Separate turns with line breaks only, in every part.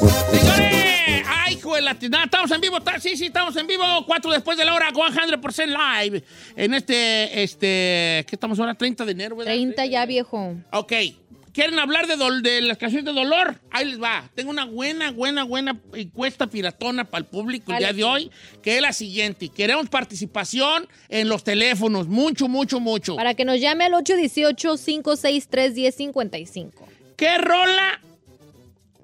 ¡Señores! ¡Ay, hijo de la tiznada! Estamos en vivo, ta- sí, sí, estamos en vivo. Cuatro después de la hora, 100% live. En este, este, ¿qué estamos ahora? 30 de enero, ¿verdad?
30 ya, viejo.
Ok. ¿Quieren hablar de, dol- de las canciones de dolor? Ahí les va. Tengo una buena, buena, buena encuesta piratona para el público el día de hoy, que es la siguiente. Queremos participación en los teléfonos. Mucho, mucho, mucho.
Para que nos llame al 818-563-1055.
¿Qué rola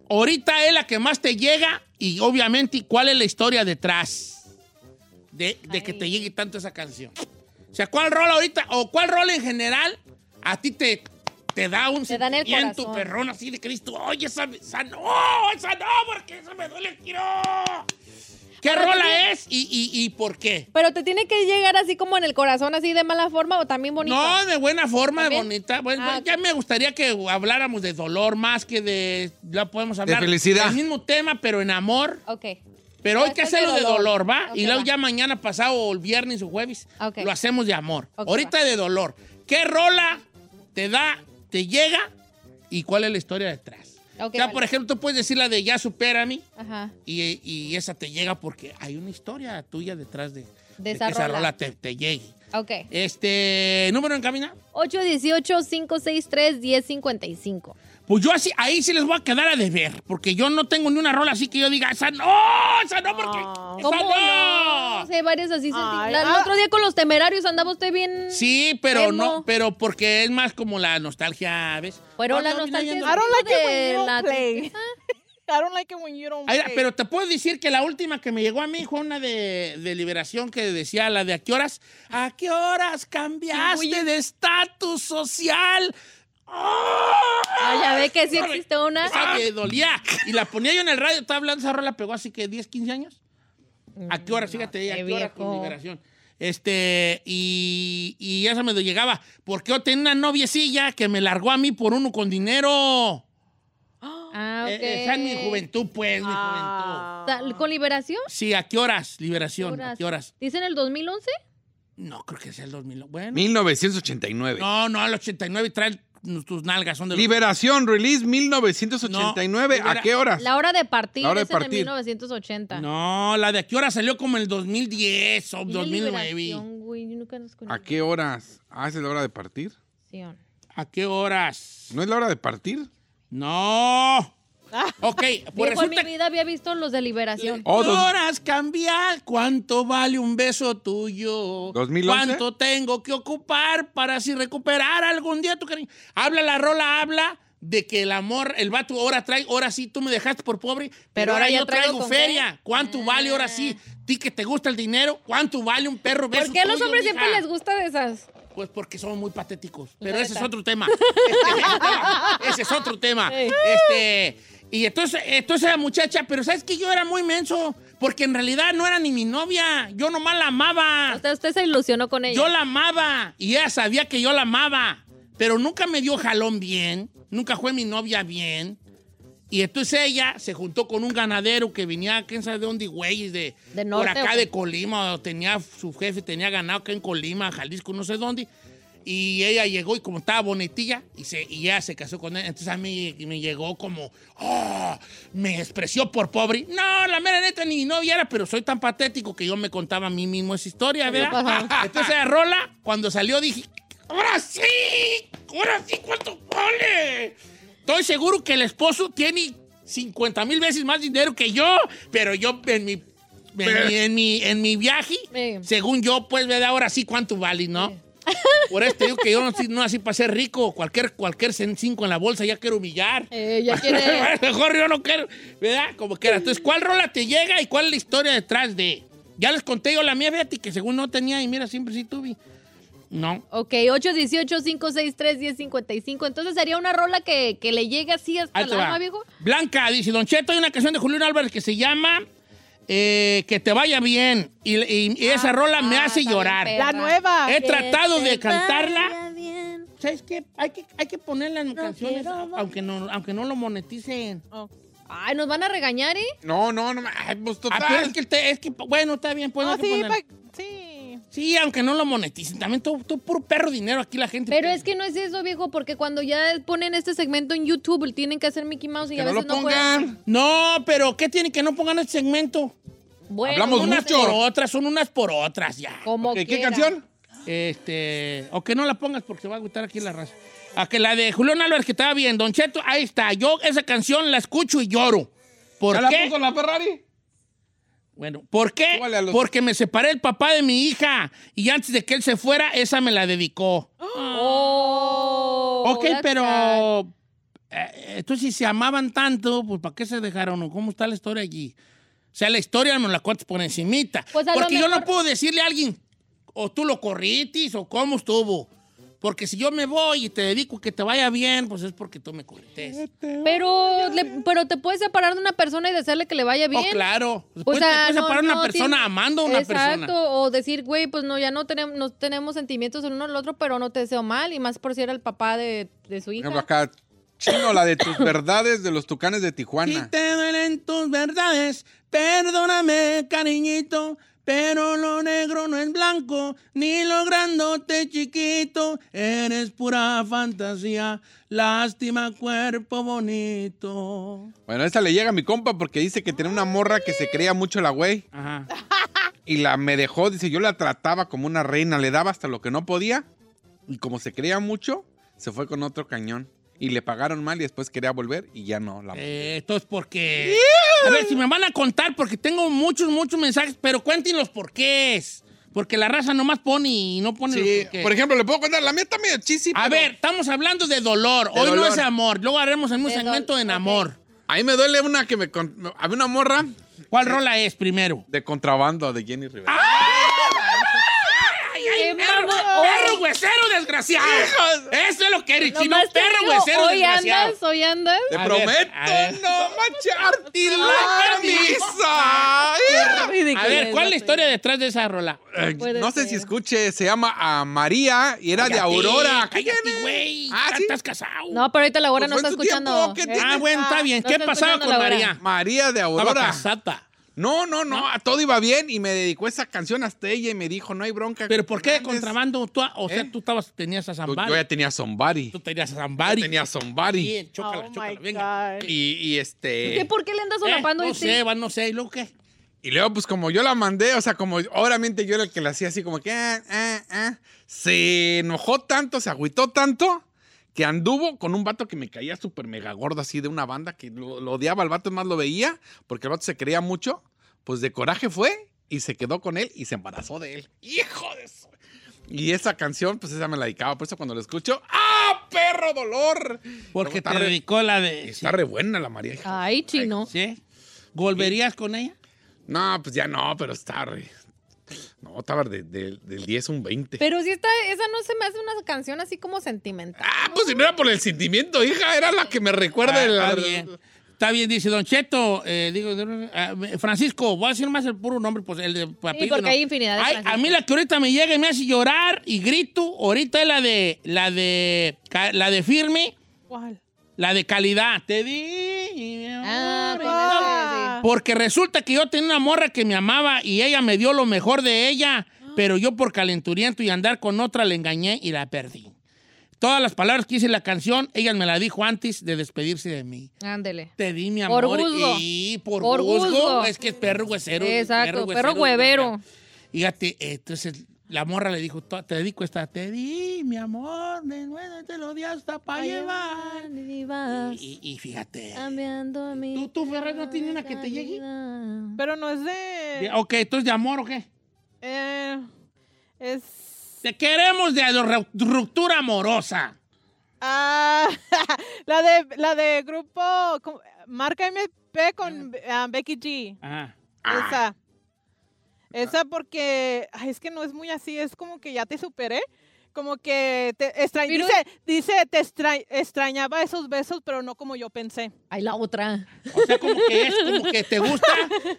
ahorita es la que más te llega? Y obviamente, ¿cuál es la historia detrás de, de que te llegue tanto esa canción? O sea, ¿cuál rola ahorita o cuál rola en general a ti te, te da un
Te dan el
sentimiento
corazón.
perrón así de Cristo? ¡Oye, esa, me- esa no! ¡Esa no! Porque esa me duele el tiro. ¿Qué
Ahora
rola es y, y- y por qué?
Pero te tiene que llegar así como en el corazón, así de mala forma o también bonito.
No, de buena forma, de
¿También?
bonita. Bueno,
Ah,
ya me gustaría que habláramos de dolor más que de. Ya podemos hablar.
felicidad.
El mismo tema, pero en amor.
Ok.
Pero hoy
Ah,
que
esto es
hacerlo
de
de
dolor.
dolor, ¿va?
Ok,
y luego
va.
ya mañana pasado, o el viernes o jueves,
Ok.
lo hacemos de amor.
Ok,
Ahorita de dolor. ¿Qué rola te da, te llega y cuál es la historia detrás?
Ok,
o sea,
vale.
por ejemplo, tú puedes decir la de Ya supérame
Ajá.
y, y esa te llega porque hay una historia tuya detrás de, de
esa
que esa
rola.
rola te, te llegue.
Ok.
Este, número en camina.
818-563-1055.
Pues yo así, ahí sí les voy a quedar a deber, porque yo no tengo ni una rola así que yo diga, esa no, esa no, porque.
¿Cómo
¡Esa
no? Sí, varios así. senti- La- el otro día con los temerarios andaba usted bien.
ah. Sí, pero
Emo.
no, pero porque es más como la nostalgia, ¿ves?
Pero
No,
la
no, mira,
nostalgia
ya
es
no.
I don't like it
de
when you
la
don't play.
tristeza.
I don't like it when you don't
Ay,
play.
pero te puedo decir que la última que me llegó a mí fue una de, de liberación que decía la de a qué horas, a qué horas cambiaste de estatus social.
Ah, ya ve que sí
Esa me-
existe una.
Esa me dolía. Y la ponía yo en el radio, estaba hablando, esa rola pegó así que 10, 15 años. ¿A qué hora? Fíjate, ¿a
Mm, qué
qué hora con
viejo.
liberación? Este, y, y esa me llegaba. Porque yo tenía una noviecilla que me largó a mí por uno con dinero.
Ah, ok. Ah.
Eh, Esa es mi juventud, pues, mi juventud.
Tal- ¿Con liberación?
Sí, ¿a qué horas? Liberación, ¿a qué horas?
¿Dicen el 2011?
No, creo que sea el 2000. Bueno.
1989.
No, no, el 89 trae tus nalgas. Son de los-
Liberación, release 1989.
No,
¿A qué horas?
La hora de partir
La hora de
es
partir.
en 1980.
Ah. No, la de a qué hora salió como el 2010 o
Dile
2009.
liberación, güey, yo nunca nos
¿A
conocí.
qué horas? Ah, ¿esa es la hora de partir?
¿A qué horas?
¿No es la hora de partir?
No. Ok, pues
Viejo, en mi
resulta
vida había visto los de liberación.
Oh, dos-
horas cambiar? ¿Cuánto vale un beso tuyo?
2011?
¿Cuánto tengo que ocupar para si recuperar algún día tu cariño? Habla la rola, habla de que el amor, el vato ahora trae, ahora sí, tú me dejaste por pobre, pero, ahora,
ahora ya
yo
traigo
traigo
con
feria.
qué. Ah.
¿Cuánto vale ahora sí? Ti que te gusta el dinero, ¿cuánto vale un perro beso
¿Por qué a los
tuyo,
hombres siempre
mija?
les gusta de esas?
Pues porque somos muy patéticos. Pero
La
ese es
neta.
otro tema. Este, ese es otro tema. Este, y entonces, entonces era muchacha, pero ¿sabes que Yo era muy menso. Porque en realidad no era ni mi novia. Yo nomás la amaba.
O sea, usted se ilusionó con ella.
Yo la amaba. Y ella sabía que yo la amaba. Pero nunca me dio jalón bien. Nunca fue mi novia bien. Y entonces ella se juntó con un ganadero que venía, quién sabe de dónde, güey, de,
¿De
por
norte
acá
o qué?
de Colima, o tenía su jefe, tenía ganado acá en Colima, Jalisco, no sé dónde. Y ella llegó y como estaba bonitilla, y, se, y ya se casó con él. Entonces a mí me llegó como, oh, me despreció por pobre. No, la mera neta ni mi novia era, pero soy tan patético que yo me contaba a mí mismo esa historia, ¿verdad? Entonces a Rola, cuando salió dije, ¡ahora sí! ¡Ahora sí! ¿Cuánto vale? Estoy seguro que el esposo tiene 50 mil veces más dinero que yo, pero yo en mi, en mi, en mi, en mi viaje,
Sí.
según yo, pues, ¿verdad? Ahora sí, ¿cuánto vale, no? Por eso te digo que yo no, soy- no así para ser rico. Cualquier, cualquier cen- cinco en la bolsa ya quiero humillar.
Eh, ya quiere.
Mejor yo no quiero, ¿verdad? Como quiera. Entonces, ¿cuál rola te llega y cuál es la historia detrás de? Ya les conté yo la mía, fíjate, que según no tenía, y mira, siempre sí tuve. No.
Ok, 818-563-1055. Entonces sería una rola que, que le llegue así hasta
Ahí te
la
va.
alma, viejo.
Blanca dice, Don Cheto, hay una canción de Julián Álvarez que se llama eh, Que te vaya bien. Y, y- y esa rola me
ah, está
hace
bien
llorar.
fea.
La
Perra.
nueva.
He tratado de cantarla.
Vaya bien.
¿Sabes qué? Hay que, hay que ponerla en canciones,
quiero volver.
aunque no, aunque no lo moneticen.
Ay, nos van a regañar, ¿eh?
No, no, no. ay, pues,
Ah,
total.
pero es que, te- es que, bueno, está bien, pues
No,
hay que
sí,
ponerla.
pa- sí.
Sí, aunque no lo moneticen. También todo, todo puro perro dinero aquí la gente.
Pero es que no es eso, viejo, porque cuando ya ponen este segmento en YouTube, tienen que hacer Mickey Mouse y
Que
a
no
veces
lo
no,
pongan.
No, pero ¿qué tiene que no pongan el segmento?
pueden. Bueno,
Hablamos
no
unas
sé.
por otras, son unas por otras ya.
Como
Ok, ¿Qué
quiera.
canción?
Este, o que no la pongas porque se va a gustar aquí la raza. A que la de Julián Álvarez que estaba bien, Don Cheto, ahí está. Yo esa canción la escucho y lloro. ¿Por
¿Ya la
qué?
puso la Ferrari?
Bueno, ¿por qué?
Súbale a los-
Porque me separé el papá de mi hija y antes de que él se fuera, esa me la dedicó.
Oh,
ok,
that's sad.
pero eh, entonces si se amaban tanto, pues ¿para qué se dejaron? ¿O ¿Cómo está la historia allí? O sea, la historia me la cuentas por encimita.
Pues, a lo
Porque yo no
mejor-
puedo decirle a alguien, o tú lo corritis, o cómo estuvo. Porque si yo me voy y te dedico que te vaya bien, pues es porque tú me corrites.
Pero, le- pero te puedes separar de una persona y desearle que le vaya bien.
Oh, claro.
O
Después
sea,
te puedes
no-
separar a una
no
persona
tiene-
amando a una persona.
Exacto, o decir, güey, pues no, ya no tenemos, no tenemos sentimientos el uno al otro, pero no te deseo mal, y más por si era el papá de, de su
Por
hija.
ejemplo, acá, chino, la de tus verdades de los tucanes de
Si
Tijuana.
te duelen tus verdades, perdóname, cariñito. Pero lo negro no es blanco, ni lo grandote chiquito. Eres pura fantasía, lástima, cuerpo bonito.
Bueno, esa le llega a mi compa porque dice que tenía una morra que se creía mucho la güey.
Ajá.
Y la me dejó, dice, yo la trataba como una reina, le daba hasta lo que no podía. Y como se creía mucho, se fue con otro cañón. Y le pagaron mal y después quería volver y ya no. La...
Eh, esto es porque. A ver, si me van a contar, porque tengo muchos, muchos mensajes, pero cuéntenlos por qué es. Porque la raza nomás pone y no pone los
Sí,
porqués.
por ejemplo, le puedo contar, la mía está medio chisi.
A
pero-
ver, estamos hablando de dolor.
De
Hoy no
dolor.
es amor. Luego haremos en un
De dol-
segmento en
ok.
amor.
A mí me duele una que me... con- Había una morra
¿Cuál rola es primero?
de contrabando de Jenny Rivera.
Ah, ¡Ay,
¡Qué
ay, perro,
mamón!
perro huesero desgraciado! Eso es lo que eres, chino.
Nomás te
Perro
digo,
huesero
hoy
desgraciado.
andas, hoy andas.
Te
A ver,
prometo
a ver.
no mancharte
Ay,
la camisa.
A ver, ¿cuál es la historia detrás de esa rola?
Eh,
Puede
no sé
ser.
si escuche, se llama a María y era de
Cállate,
Aurora. ¿Qué
Cállate,
tiene?
güey.
Ah,
Ah,
sí.
Estás casado.
No, pero ahorita la hora no
Pues fue
está
en su tiempo,
escuchando.
¿qué
ah,
tiene?
bueno, está bien.
No
¿Qué
está
pasaba con
escuchando la
María?
María de
Estaba
Aurora.
casada.
No, no, no, a todo iba bien y me dedicó esa canción hasta ella y me dijo, no hay bronca.
¿Pero por qué de
Fernández.
contrabando? Tú, o sea,
¿Eh?
tú estabas, tenías a
Yo,
Zambari.
yo ya tenía Zombari.
Tú tenías a
Yo
Zambari.
tenía Zombari.
Bien, chócala,
Oh,
chócala,
my
venga.
God.
Y, y este.
¿Qué, ¿Por qué le andas
Eh,
solapando
no
este?
sé, va, no sé. ¿Y luego qué?
Y luego, pues como yo la mandé, o sea, como obviamente yo era el que la hacía así como que, ah, ah, ah, se enojó tanto, se agüitó tanto, que anduvo con un vato que me caía súper mega gordo así de una banda que lo, lo odiaba al vato, más lo veía, porque el vato se creía mucho, pues de coraje fue y se quedó con él y se embarazó de él. ¡Hijo de su! Y esa canción, pues esa me la dedicaba, por eso cuando la escucho, ¡ah, perro dolor!
Porque
está
te
re-
dedicó la de...
Está re buena la María. hija.
Ay, chino.
¿Sí? ¿Volverías con ella?
No, pues ya no, pero está re- No, estaba de- de- del 10 a un 20.
Pero si esta, esa no se me hace una canción así como sentimental.
Ah, pues si no era por el sentimiento, hija, era la que me recuerda
Ah,
de la.
Está bien. Está bien, dice Don Cheto. eh, digo, ah, Francisco, voy a decir más el puro nombre, pues el de papito.
porque hay infinidad de
Ay, A
Francisco.
mí la que ahorita me llega y me hace llorar y grito, ahorita es la de, la de, ca- la de firme,
¿Cuál?
la de calidad. Te di y mi amor.
Ah,
y mi
con
amor.
ese,
Porque resulta que yo tenía una morra que me amaba y ella me dio lo mejor de ella, pero yo por calenturiento y andar con otra le engañé y la perdí. Todas las palabras que hice en la canción, ella me la dijo antes de despedirse de mí.
sí. Ándele.
Te di mi amor.
Por gusto.
Y por,
Por
gusto.
gusto.
Es que es perro huesero.
Exacto, perro
huesero,
huevero.
Fíjate, entonces la morra le dijo, "To- te dedico esta, te di mi amor, de nuevo te lo di hasta para llevar. Y, y- y fíjate.
Cambiando mi.
¿Tú, tú, Ferrer, no tiene una que te llegue?
llegue?
Pero no es de.
Ok, entonces de amor o qué?
eh, es.
Te queremos de ru- ruptura amorosa.
Ah, la de la de grupo. ¿cómo? Marca MP
Mm.
con ah, Becky G.
Ajá. Ah.
Esa. Esa porque ay, es que no es muy así, es como que ya te superé. Como que te extra-
Pero-
dice, dice, te extra- extrañaba esos besos, pero no como yo pensé.
Ay, la otra.
O sea, como que es como que te gusta.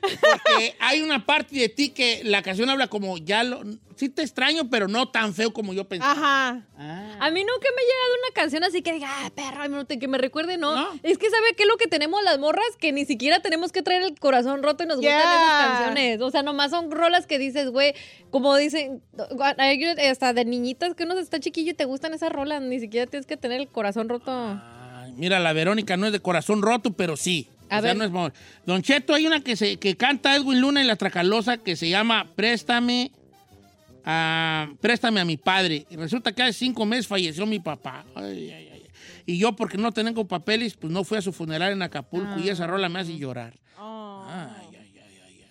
Porque hay una parte de ti que la canción habla como ya lo. Sí te extraño, pero no tan feo como yo pensé.
Ajá.
Ah.
A mí nunca me ha llegado una canción así que diga, ah, perra, no te- que me recuerde, no.
¿No?
Es que sabe que lo que tenemos las morras que ni siquiera tenemos que traer el corazón roto y nos gustan
Yeah.
esas canciones. O sea, nomás son rolas que dices, güey, como dicen, hay hasta de niñitas que uno está chiquillo y te gustan esas rolas, ni siquiera tienes que tener el corazón roto.
Ay, Mira, la Verónica no es de corazón roto, pero sí.
A
O sea,
ver.
no es amor. Don Cheto, hay una que, se, que canta Edwin Luna y la Tracalosa que se llama Préstame a, Préstame a mi padre. Y resulta que hace cinco meses falleció mi papá. Ay, ay, ay. Y yo, porque no tengo papeles, pues no fui a su funeral en Acapulco y
Ah.
esa rola me hace llorar.
Oh.
Ay, ay, ay, ay, ay.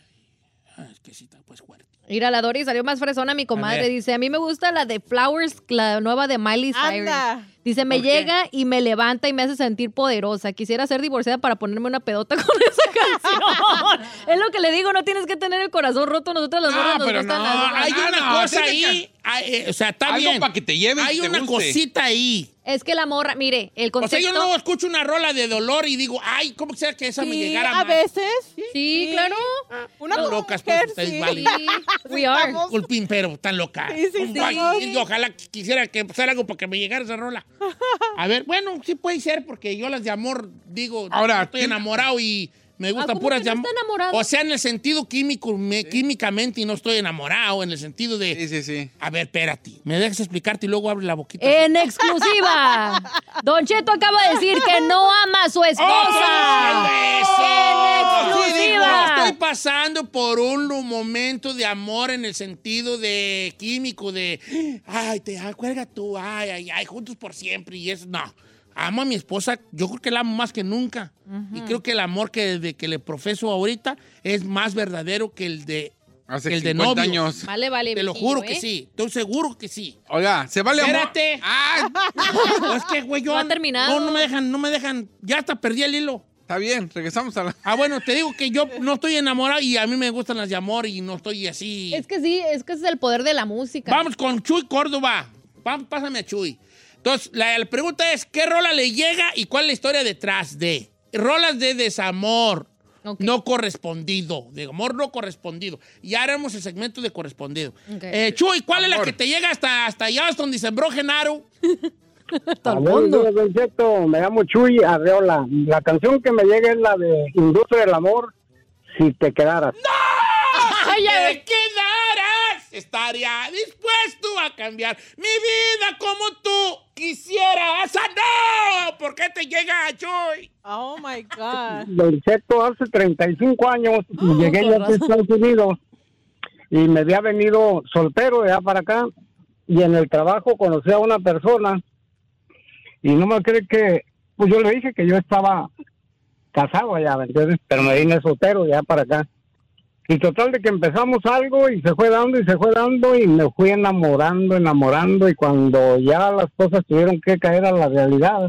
Ah, es que sí está pues fuerte.
Mira, la Dori salió más fresona, mi
A
comadre.
ver.
dice, a mí me gusta la de Flowers, la nueva de Miley Cyrus.
Anda.
Dice, me
¿Por qué?
llega y me levanta y me hace sentir poderosa. Quisiera ser divorciada para ponerme una pedota con esa canción. es lo que le digo, no tienes que tener el corazón roto. Nosotros las
No,
Ah,
morras nos
pero
gustan
no,
las dos.
hay
no,
una
no,
cosa
tiene que-
ahí. ah, eh, o sea, está
Algo
bien.
para que te lleve. y
Hay
te
una
guste.
cosita ahí.
Es que la morra, mire, el
O sea,
concepto...
yo no escucho una rola de dolor y digo, ay, ¿cómo quisiera que esa me
Sí,
llegara
a
más?
veces.
Sí,
Sí.
claro.
Una
No,
como
locas, pues,
mujer,
ustedes
sí.
valen.
Sí,
Sí,
we are.
vamos.
Culpín, pero tan loca.
Sí, sí, sí.
Ay, y ojalá qu- quisiera que pasara algo para que me llegara esa rola. A ver, bueno, sí puede ser, porque yo las de amor, digo,
Ahora,
estoy
¿qué-
enamorado y me gustan
¿cómo
puras
que
de
no
amor.
está enamorado?
O sea, en el sentido químico, me- químicamente, y no estoy enamorado, en el sentido de.
Sí, sí, sí.
A ver, espérate, me dejas explicarte y luego abre la boquita.
En exclusiva. Don Cheto acaba de decir que no ama a su esposa.
¡Oh!
¡En
Sí, digo,
exclusiva!
Estoy pasando por un lu- momento de amor en el sentido de químico, de ay, te acuerda tú, ay, ay, ay, juntos por siempre. Y eso, no. Amo a mi esposa, yo creo que la amo más que nunca. Y creo que el amor que, de que le profeso ahorita es más verdadero que el de,
Hace
que el de
50
novio.
años.
Vale, vale.
Te lo
viejillo,
juro que
¿eh?
sí, estoy seguro que sí.
Oiga, se vale amor.
Espérate.
Ah,
No, es que, güey, yo.
No ha terminado.
No, no me dejan, no me dejan. Ya hasta perdí el hilo.
está bien, regresamos a la.
Ah, bueno, te digo que yo no estoy enamorado y a mí me gustan las de amor y no estoy así.
Es que sí, es que ese es el poder de la música.
Vamos con Chuy Córdoba. Vamos, pásame a Chuy. Entonces, la, la pregunta es, ¿qué rola le llega y cuál es la historia detrás de? Rolas de desamor.
Ok.
No correspondido, de amor no correspondido. Y ahora haremos el segmento de correspondido.
Ok.
Eh, Chuy, ¿cuál es la
Amor.
que te llega hasta, hasta allá, hasta donde sembró Genaro?
Buenos días, Don Cheto. Me llamo Chuy Arreola. La canción que me llega es la de Industria del Amor, Si Te Quedaras.
Ah,
Ay, ya
te quedarás, estaría dispuesto a cambiar mi vida como tú quisieras. ¡Ah, no! ¿Por qué te llega, Chuy?
Oh my God.
Don Cheto, hace 35 años
Ah,
llegué
con
ya aquí a Estados Unidos y me había venido soltero ya para acá y en el trabajo conocí a una persona y no me cree que, pues yo le dije que yo estaba casado allá, ¿me entiendes? Pero me vine soltero ya para acá. Y total de que empezamos algo y se fue dando y se fue dando y me fui enamorando, enamorando y cuando ya las cosas tuvieron que caer a la realidad,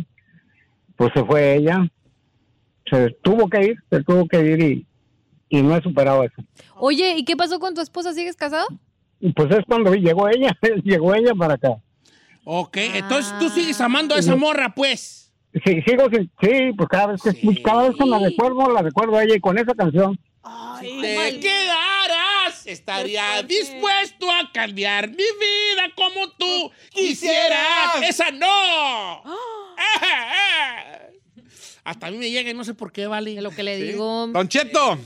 pues se fue ella se tuvo que ir, se tuvo que ir y, y no he superado eso.
Oye, ¿y qué pasó con tu esposa? ¿Sigues casado?
Y pues es cuando llegó ella, llegó ella para acá.
Ok, entonces tú sigues amando a
Ah.
esa morra, pues.
Sí, sigo sin, sí, pues cada vez que
Sí.
cada vez que la recuerdo, la recuerdo a ella y con esa canción.
Ay,
Te
my-
quedarás, estaría
Qué fuerte.
dispuesto a cambiar mi vida como tú
Ah.
quisieras. ¡Esa no! Eh, eh. Hasta a mí me llega y no sé por qué, vale.
De lo que le digo.
Don Cheto,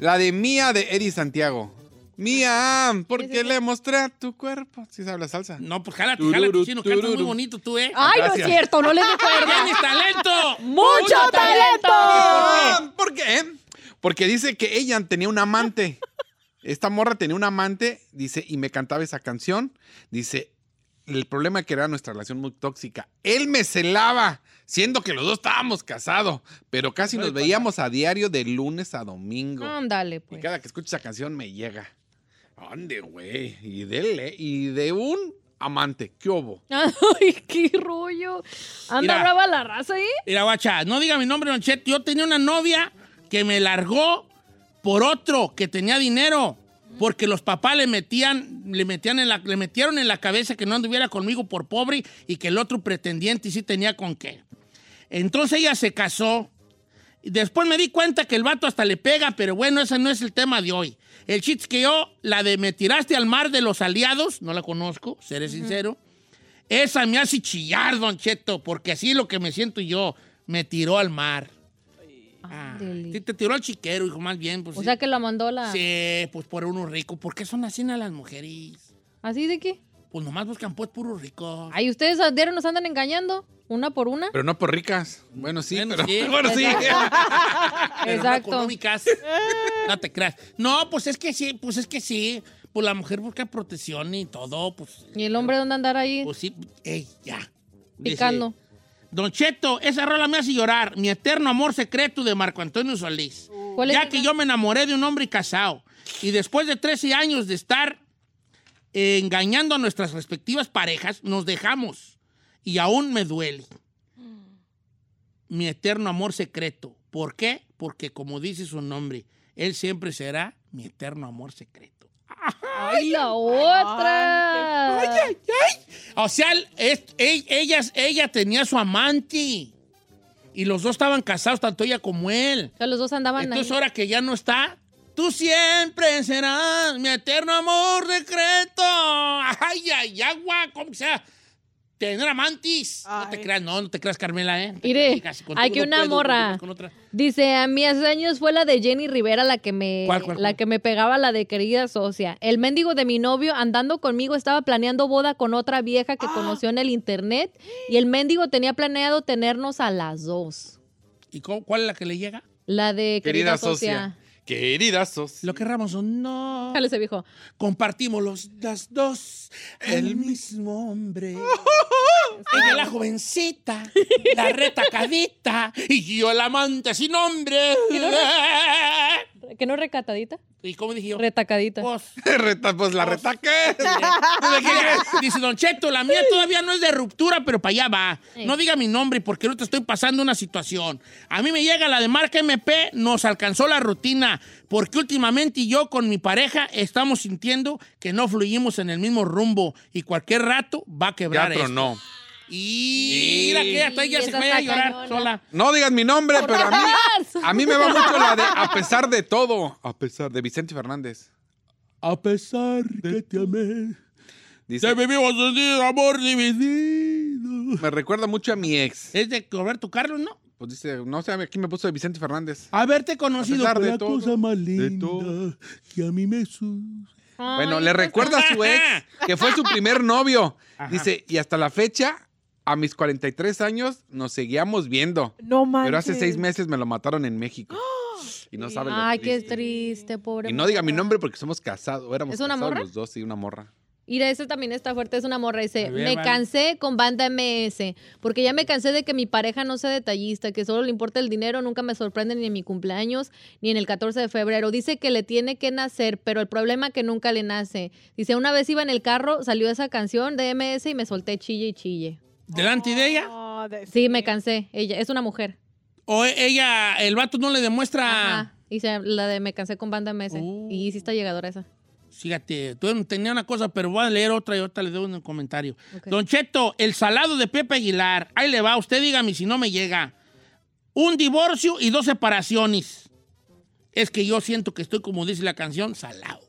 la de Mía de Eddie Santiago. Mía, ¿por qué le mostré a tu cuerpo? Si sabe la salsa.
No, pues jálate, jálate,
Tururu,
chino. Cantas muy
tururu.
bonito tú, ¿eh?
Ay, no es
Gracias.
cierto, no les recuerdo.
¡Tienes talento!
¡Mucho talento!
Ah, ¿Por qué? Porque dice que ella tenía un amante. Esta morra tenía un amante, dice, y me cantaba esa canción. Dice, el problema que era nuestra relación muy tóxica. Él me celaba, siendo que los dos estábamos casados, pero casi nos veíamos a diario de lunes a domingo.
Ándale,
Y
pues.
cada que escucho esa canción me llega. ¿Dónde, güey? Y dele, y de un amante. ¿Qué hubo?
Ay, qué rollo. Anda
Mira.
brava la raza, ¿eh?
Mira, guacha, no diga mi nombre, Don Cheto. Yo tenía una novia que me largó por otro que tenía dinero. Porque los papás le metían, le metían en la, le metieron en la cabeza que no anduviera conmigo por pobre y que el otro pretendiente sí tenía con qué. Entonces ella se casó. Y Después me di cuenta que el vato hasta le pega, pero bueno, ese no es el tema de hoy. El chiste es que yo, la de me tiraste al mar de los aliados, no la conozco, seré sincero. Esa me hace chillar, Don Cheto, porque así es lo que me siento yo. Me tiró al mar. Ah,
Ándale.
sí, te tiró al chiquero, hijo, más bien. Pues,
O
sí.
sea que la mandó la.
Sí, pues por uno rico. ¿Por qué son así a las mujeres?
¿Así de qué?
Pues nomás buscan pues puro rico.
Ay, ustedes a diario nos andan engañando, una por una.
Pero no por ricas. Bueno, sí,
Bueno,
pero-
sí.
bueno, sí.
Pero no
Exacto.
económicas. No te creas. No, pues es que sí, pues es que sí. Pues la mujer busca protección y todo, pues.
¿Y el hombre dónde andar ahí
Pues sí, ey, ya. Dice,
picando?
Don Cheto, esa rola me hace llorar. Mi eterno amor secreto de Marco Antonio Solís.
¿Cuál es
ya
esa?
que yo me enamoré de un hombre casado. Y después de 13 años de estar eh, engañando a nuestras respectivas parejas, nos dejamos. Y aún me duele.
Mm.
Mi eterno amor secreto. ¿Por qué? Porque como dice su nombre, él siempre será mi eterno amor secreto.
¡Ay, la otra!
O sea, es- e- ellas, ella tenía su amante. Y los dos estaban casados, tanto ella como él.
O sea, los dos andaban
Entonces,
ahí.
ahora que ya no está, tú siempre serás mi eterno amor secreto. Ay, ay, agua, como que sea. Tener amantes. No te
Ay.
creas, no, no te creas, Carmela, ¿eh?
Mire,
Casi
hay
tú
que
no
una
puedes, no
morra.
puedes con otra.
Dice, a mí hace años fue la de Jenny Rivera la que me
¿Cuál, cuál,
la
cuál?
que me pegaba la de querida socia. El mendigo de mi novio andando conmigo estaba planeando boda con otra vieja
Ah.
que conoció en el internet y el mendigo tenía planeado tenernos a las dos.
¿Y cómo- cuál es la que le llega?
La de querida,
Querida
socia.
socia. Querida socia.
Lo que Ramos no.
Déjale ese viejo.
Compartimos los, las dos el mismo hombre. Ella la jovencita, la retacadita y yo el amante sin nombre.
¿Que no recatadita?
¿Y cómo dije yo?
Retacadita.
Vos.
Reta- pues la retaque.
pues, Dice Don Cheto, la mía todavía no es de ruptura, pero para allá va. No diga mi nombre porque no te estoy pasando una situación. A mí me llega la de marca MP, nos alcanzó la rutina, porque últimamente yo con mi pareja estamos sintiendo que no fluimos en el mismo rumbo y cualquier rato va a
Ya
quebrar esto.
tronó.
Y mira que ya, está, ya
Y
se
esa
fue
está
a llorar
cañona.
sola.
No digas mi nombre, pero a mí,
¡Más!
a mí me va mucho la de a pesar de todo. A pesar de Vicente Fernández.
A pesar que te amé,
Dice,
vivimos un amor dividido.
me recuerda mucho a mi ex.
Es de Roberto Carlos, ¿no?
Pues dice, no sé, aquí me puso de Vicente Fernández.
Haberte conocido
A pesar
fue
de
la
todo,
cosa más
de
linda
todo.
que a mí me su...
Ay,
Ah, Bueno, le recuerda a su ex que fue su primer novio. Dice, y hasta la fecha, a mis 43 años, nos seguíamos viendo.
No manches.
Pero hace seis meses me lo mataron en México. Y no sabe lo
Ay, qué
triste.
triste, pobre.
Y no diga mi
morra.
nombre porque somos casados. Éramos
¿Es una
casados
morra?
los dos, sí, una morra.
Mira, ese también está fuerte, es una morra. Dice,
A ver,
me
vale.
cansé con banda MS, porque ya me cansé de que mi pareja no sea detallista, que solo le importa el dinero, nunca me sorprende ni en mi cumpleaños, ni en el 14 de febrero. Dice que le tiene que nacer, pero el problema que nunca le nace. Dice, una vez iba en el carro, salió esa canción de MS y me solté chille y chille.
¿Delante de ella?
No, Oh, de-
Sí, me cansé. Ella es una mujer.
¿O e- ella, el vato no le demuestra?
Ajá. Dice, la de me cansé con banda MS.
Ah. Uh.
Y sí está llegadora esa.
Fíjate, tú- tenía una cosa, pero voy a leer otra y otra le doy un comentario.
Ok.
Don Cheto, el salado de Pepe Aguilar. Ahí le va, usted dígame si no me llega. Un divorcio y dos separaciones. Es que yo siento que estoy, como dice la canción, salado.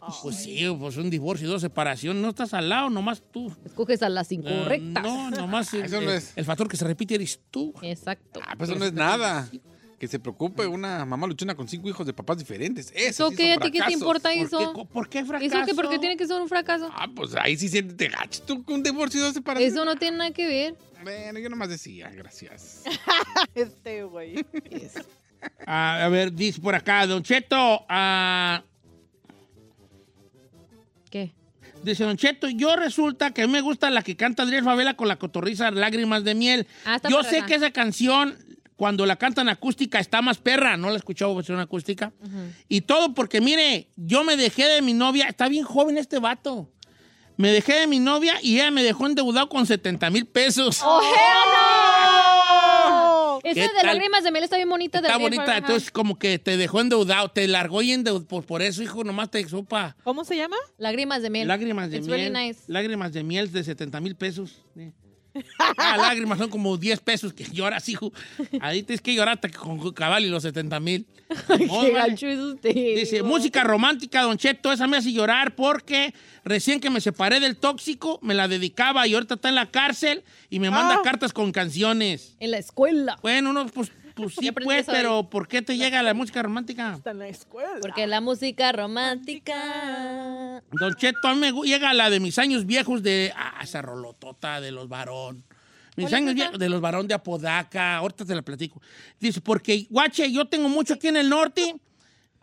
Oh.
Pues sí, pues un divorcio y dos separaciones. No estás al lado, nomás tú.
Escoges a las incorrectas.
Eh, no, nomás el,
Eso no
el-
es.
el factor que se repite eres tú.
Exacto.
Ah, pues eso no es nada. Que se preocupe una mamá luchona con cinco hijos de papás diferentes. Eso
¿Eso
sí
qué?
son
¿A ti qué te
fracasos.
importa
¿Por qué,
eso?
co- ¿Por qué fracaso?
¿Eso qué? ¿Por qué tiene que ser un fracaso?
Ah, pues ahí sí siéntete gacho tú con un divorcio y dos separaciones.
Eso no tiene nada que ver.
Bueno, yo nomás decía, gracias.
Este, güey.
Ah, a ver, dice por acá, Don Cheto. ah,
¿Qué?
dice Don Cheto, yo resulta que a mí me gusta la que canta Andrés Favela con la cotorriza Lágrimas de Miel.
Ah, está
yo
perra.
sé que esa canción, cuando la cantan acústica, está más perra. ¿No la he escuchado versión acústica? Y todo porque, mire, yo me dejé de mi novia. Está bien joven este vato. Me dejé de mi novia y ella me dejó endeudado con 70 mil pesos.
Esa
¿Qué
de
tal?
lágrimas de miel está bien bonita. de
Está
Ariel
bonita,
Farah.
entonces como que te dejó endeudado, te largó y endeudó. Por, por eso, hijo, nomás te sopa.
¿Cómo se llama?
Lágrimas de miel.
Lágrimas de
It's
miel.
really nice.
Lágrimas de miel de 70 mil pesos. Sí. Ah, lágrimas son como 10 pesos que lloras, hijo. Ahí tienes que llorar hasta que con cabal y los 70 mil.
Qué gancho es usted.
Dice, música romántica, Don Cheto, esa me hace llorar porque recién que me separé del tóxico, me la dedicaba y ahorita está en la cárcel y me
Ah.
manda cartas con canciones.
En la escuela.
Bueno, no, pues, pues sí,
Ya aprendí
pues,
eso de-
pero ¿por qué te llega la música romántica?
Está en la escuela.
ah.
Porque la música romántica.
Don Cheto, a mí me gu- llega la de mis años viejos de. Ah, esa rolotota de los varón. Mis años viejos de los varón de Apodaca. Ahorita te la platico. Dice, porque, guache, yo tengo mucho aquí en el norte.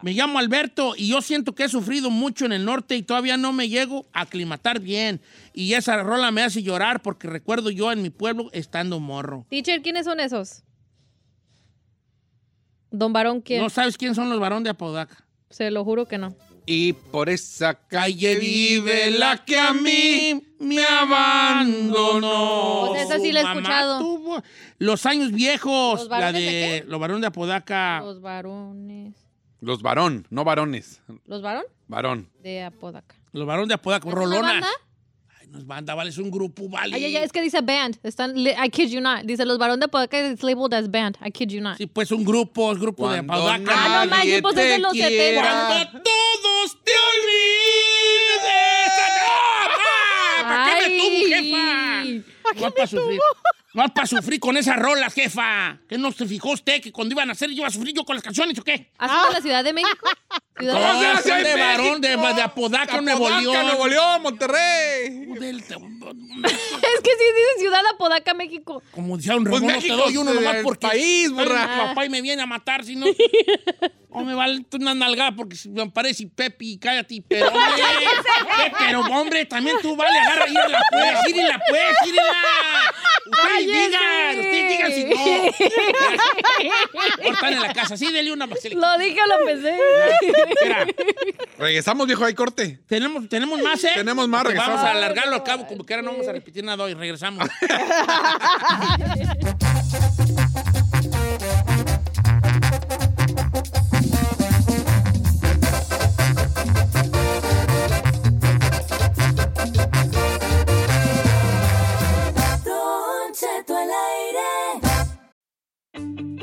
Me llamo Alberto y yo siento que he sufrido mucho en el norte y todavía no me llego a aclimatar bien. Y esa rola me hace llorar porque recuerdo yo en mi pueblo estando morro.
Teacher, ¿quiénes son esos? Don Barón, ¿quién?
¿No sabes quién son los varón de Apodaca?
Se lo juro que no.
Y por esa
Calle vive la que a mí me abandonó.
O sea, Pues esa sí la he
Su mamá
escuchado.
tuvo- Los años viejos,
¿Los
la
varones de
de los varones de Apodaca.
Los varones.
Los varón, no varones.
¿Los varón?
Varón.
De Apodaca.
Los varones de Apodaca,
¿Es una
rolonas.
banda?
Ay, no es banda, vale, es un grupo, vale.
Ay, ay, ay, es que dice band. Están, li- I kid you not. Dice los varón de Apodaca it's labeled as band. I kid you not.
Sí, pues un grupo, es grupo de
Cuando
Apodaca.
Ah, no, manches, pues es de
nadie
los
te
70.
quiera.
Cuando todos te olvides. ¡No! ¡Ah! ¿Para qué me tuvo,
Ay.
jefa? No para sufrir. No para sufrir con esas rolas, jefa. ¿Qué no se fijó usted que cuando iban a hacer yo iba a sufrir yo con las canciones o qué?
¿Has ido a la Ciudad de México? Ciudad de
No,
México.
¡Gracias,
son de
México!
varón, de- de Apodaca, Nuevo León.
Nuevo León, Monterrey.
Del-
Es que sí dice Ciudad Apodaca, México.
Como decía un
Pues
Ramón, no te
México
doy uno
es
nomás
el
porque
país, burra.
Ay, mi papá y me viene a matar, si no. O me vale una nalgada porque si me aparece y Pepi, cállate, pero hombre. eh, pero hombre, también tú vale, agarra, írala pues, írala pues, írala. Ustedes digan, ustedes digan si no. Ahora están en la casa, sí, dele una más.
Lo dije, lo pensé.
Espera,
Regresamos, viejo, hay corte.
tenemos, tenemos más, ¿eh?
Tenemos más,
Porque Vamos a
regresamos.
alargarlo al cabo, como que ahora no vamos a repetir nada hoy, regresamos.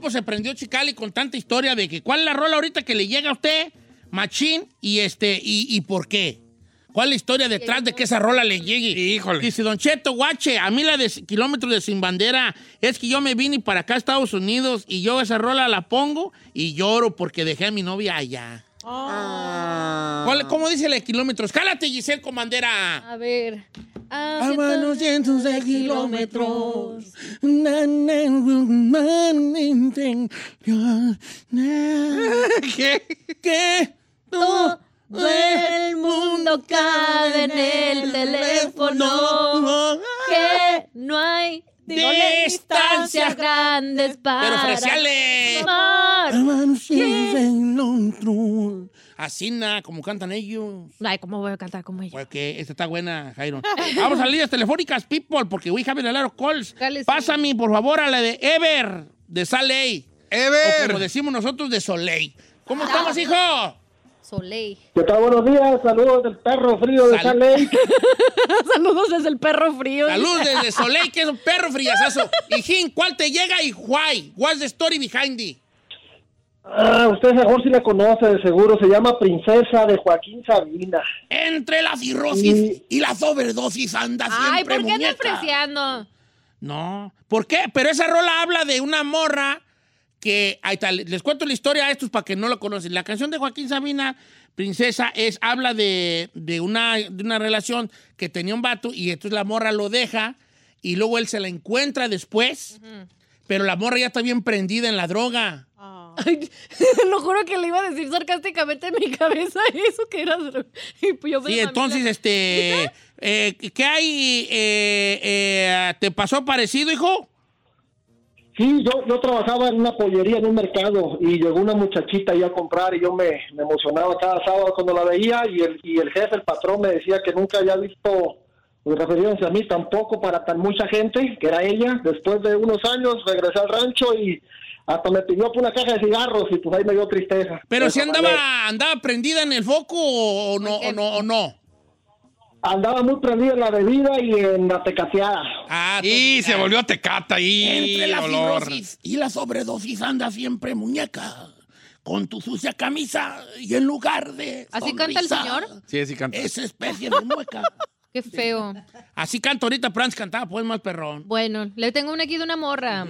pues se prendió Chicali con tanta historia de que cuál es la rola ahorita que le llega a usted, machín, y este, y, y por qué. ¿Cuál es la historia detrás de que esa rola le llegue?
Híjole.
Dice Don Cheto, guache, a mí la de kilómetros de sin bandera es que yo me vine para acá a Estados Unidos y yo esa rola la pongo y lloro porque dejé a mi novia allá. ¿Cuál- ¿Cómo dice la de kilómetros? ¡Cálate, Giselle Comandera!
A ver. Ah,
A
cientos-
manos cientos de kilómetros. Na, na, na, na, na, na.
¿Qué?
Que
Todo el mundo cabe en el teléfono. Que no hay distancias grandes
Pero
para
fresiales.
tomar.
Así nada, como cantan ellos.
Ay, ¿cómo voy a cantar como ella?
Porque esta está buena, Jairo. Vamos a las líneas telefónicas, people, porque we have a lot of calls.
Cálese.
Pásame, por favor, a la de Ever, de Saley. O como
Ever.
decimos nosotros, de Soleil.
Ah.
¿Cómo estamos, hijo?
Soleil.
¿Qué tal? Buenos días, saludos del perro frío de
Sal-
Salt Lake.
Saludos desde el perro frío.
Salud desde Soleil, que es un perro frillazazo. Hijín, ¿cuál te llega y why? What's the story behind it?
Ah, usted mejor si la conoce, de seguro. Se llama Princesa de Joaquín Sabina.
Entre la cirrosis y la sobredosis anda
Ay,
siempre
¿por qué
muñeca.
te freseando?
No, ¿por qué? Pero esa rola habla de una morra que... Ahí está, les cuento la historia a estos para que no lo conocen. La canción de Joaquín Sabina, Princesa, es, habla de, de una, de una relación que tenía un vato y entonces la morra lo deja y luego él se la encuentra después, pero la morra ya está bien prendida en la droga.
Ay, lo juro que le iba a decir sarcásticamente en mi cabeza eso que era dro- Y pues yo me
Sí,
mamila.
entonces, este... eh, ¿Qué hay? eh, eh, ¿Te pasó parecido, hijo?
Sí, yo, yo trabajaba en una pollería, en un mercado, y llegó una muchachita ahí a comprar y yo me, me emocionaba cada sábado cuando la veía y el, y el jefe, el patrón, me decía que nunca había visto, pues, refiriéndose a mí tampoco, para tan mucha gente, que era ella. Después de unos años regresé al rancho y hasta me pidió por una caja de cigarros y pues ahí me dio tristeza.
Pero
De
si
esa manera.
andaba, andaba prendida en el foco o no, o no, o no.
Andaba muy prendida en la bebida y en la tecateada.
Ah,
Y
tú-
se volvió tecata ahí.
Entre la
dolor.
cirrosis y la sobredosis anda siempre muñeca. Con tu sucia camisa y en lugar de.
¿Así canta el
sonrisa,
señor?
Sí, sí, canta.
Esa especie de mueca.
Qué feo.
Así canta ahorita Franz cantaba, pues más perrón.
Bueno, le tengo una aquí de una morra.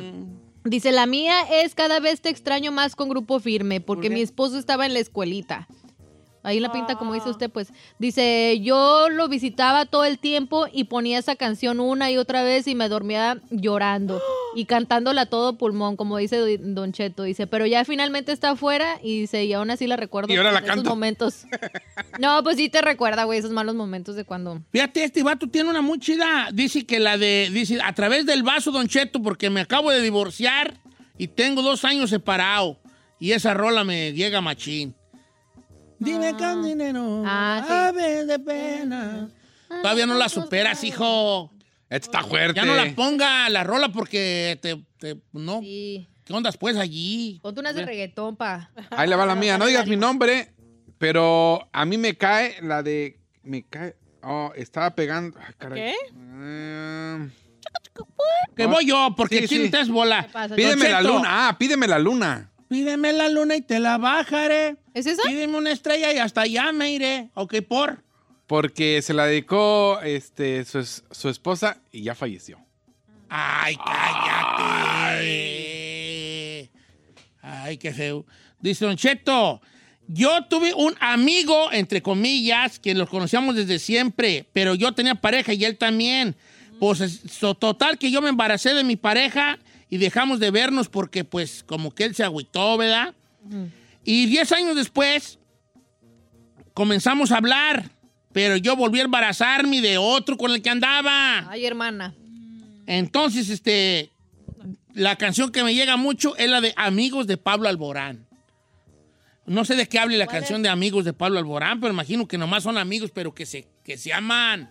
Dice, la mía es cada vez te extraño más con grupo firme, porque mi esposo estaba en la escuelita. Ahí la pinta, como
Ah.
dice usted, pues. Dice, yo lo visitaba todo el tiempo y ponía esa canción una y otra vez y me dormía llorando y cantándola a todo pulmón, como dice do- Don Cheto. Dice, pero ya finalmente está afuera y dice, y aún así la recuerdo.
Y ahora la
esos
canta.
momentos. No, pues sí te recuerda, güey, esos malos momentos de cuando...
Fíjate, este vato tiene una muy chida. Dice que la de. Dice, a través del vaso, Don Cheto, porque me acabo de divorciar y tengo dos años separado. Y esa rola me llega machín. Dime con dinero.
Ah, sí. Ah,
a ver de pena. Todavía no la superas, hijo.
Esta está fuerte.
Ya no la ponga la rola porque te, te- no.
Sí.
¿Qué onda pues allí?
Ponte unas de reggaetón, pa.
Ahí le va la mía. No digas mi nombre, pero a mí me cae la de. Me cae. Oh, estaba pegando. Ay, caray.
¿Qué?
Mm.
Que
Ah.
voy yo, porque
Sí,
¿quién
sí.
te es bola?
¿Qué pasa?
pídeme
Don
la
Cheto,
luna. Ah, pídeme la luna.
Pídeme la luna y te la bajaré.
¿Es esa?
Pídeme una estrella y hasta allá me iré. Ok, por.
Porque se la dedicó este, su, es- su esposa y ya falleció.
Ay, cállate. Ay, qué feo. Dice Don Cheto, yo tuve un amigo, entre comillas, que los conocíamos desde siempre, pero yo tenía pareja y él también. Pues es- so- total que yo me embaracé de mi pareja y dejamos de vernos porque pues como que él se agüitó, ¿verdad? Y 10 años después comenzamos a hablar, pero yo volví a embarazarme de otro con el que andaba.
Ay, hermana.
Entonces, este, la canción que me llega mucho es la de Amigos de Pablo Alborán. No sé de qué hable la canción de Amigos de Pablo Alborán, pero imagino que nomás son amigos, pero que se, que se aman.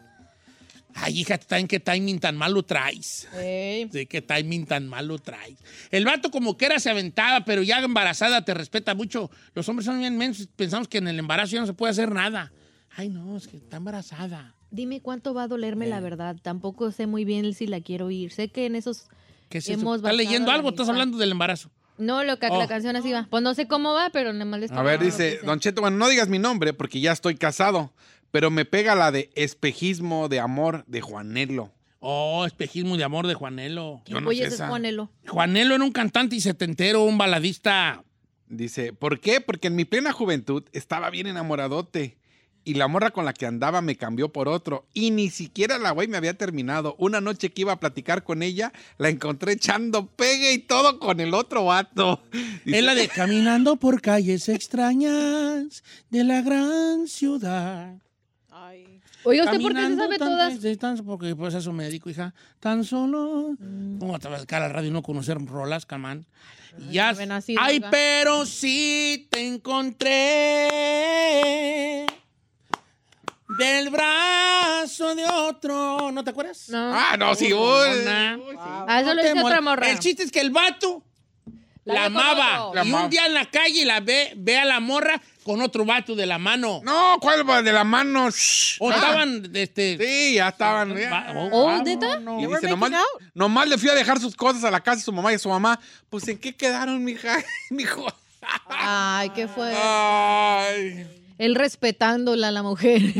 Ay, hija, ¿en qué timing tan malo traes?
Ey.
Sí, qué timing tan malo traes. El vato como que era se aventaba, pero ya embarazada te respeta mucho. Los hombres son bien mensos, pensamos que en el embarazo ya no se puede hacer nada. Ay, no, es que está embarazada.
Dime cuánto va a dolerme la verdad. Tampoco sé muy bien si la quiero ir. Sé que en esos...
¿Qué es eso?
Hemos
¿Estás
bajado
leyendo
la
algo? o ¿Estás
mitad.
hablando del embarazo?
No, lo que
Oh.
la canción así va. Pues no sé cómo va, pero nada más le
A ver, dice, Don Cheto, bueno, no digas mi nombre porque ya estoy casado, pero me pega la de espejismo de amor de Juanelo.
Oh, espejismo de amor de Juanelo.
Yo no
Oye,
sé
ese es
esa.
Juanelo.
Juanelo era un cantante y setentero, un baladista.
Dice, ¿por qué? Porque en mi plena juventud estaba bien enamoradote. Y la morra con la que andaba me cambió por otro. Y ni siquiera la güey me había terminado. Una noche que iba a platicar con ella, la encontré echando pegue y todo con el otro vato. Dice,
Es la de Caminando por calles extrañas de la gran ciudad.
Ay.
Oiga, ¿usted por qué se
Caminando
sabe
tan
todas?
triste, tan- porque pues a eso me dedico, hija. Tan solo. ¿Cómo te vas a dedicar a la radio y no conocer rolas, camán? Ya.
no ven así,
Ay,
oiga.
pero sí te encontré. Del brazo de otro. ¿No te acuerdas?
No.
Ah, no, sí, uy.
Mamona.
ah, eso
No
lo
te
dice otra
mor-
morra.
El chiste es que el vato la,
La ve con
amaba.
otro.
La
y
amaba.
un día en la calle la ve, ve a la morra con otro vato de la mano.
No, ¿cuál va? De la mano. Shh.
O estaban, este.
Sí, ya estaban. ya.
va-
Oh,
va-
¿neta?
Y
You were
dice,
making
nomás,
out?
nomás le fui a dejar sus cosas a la casa de su mamá y su mamá. Pues, ¿en qué quedaron, mija? Mijo.
Ay, ¿qué fue?
Ay.
Él respetándola a la mujer. y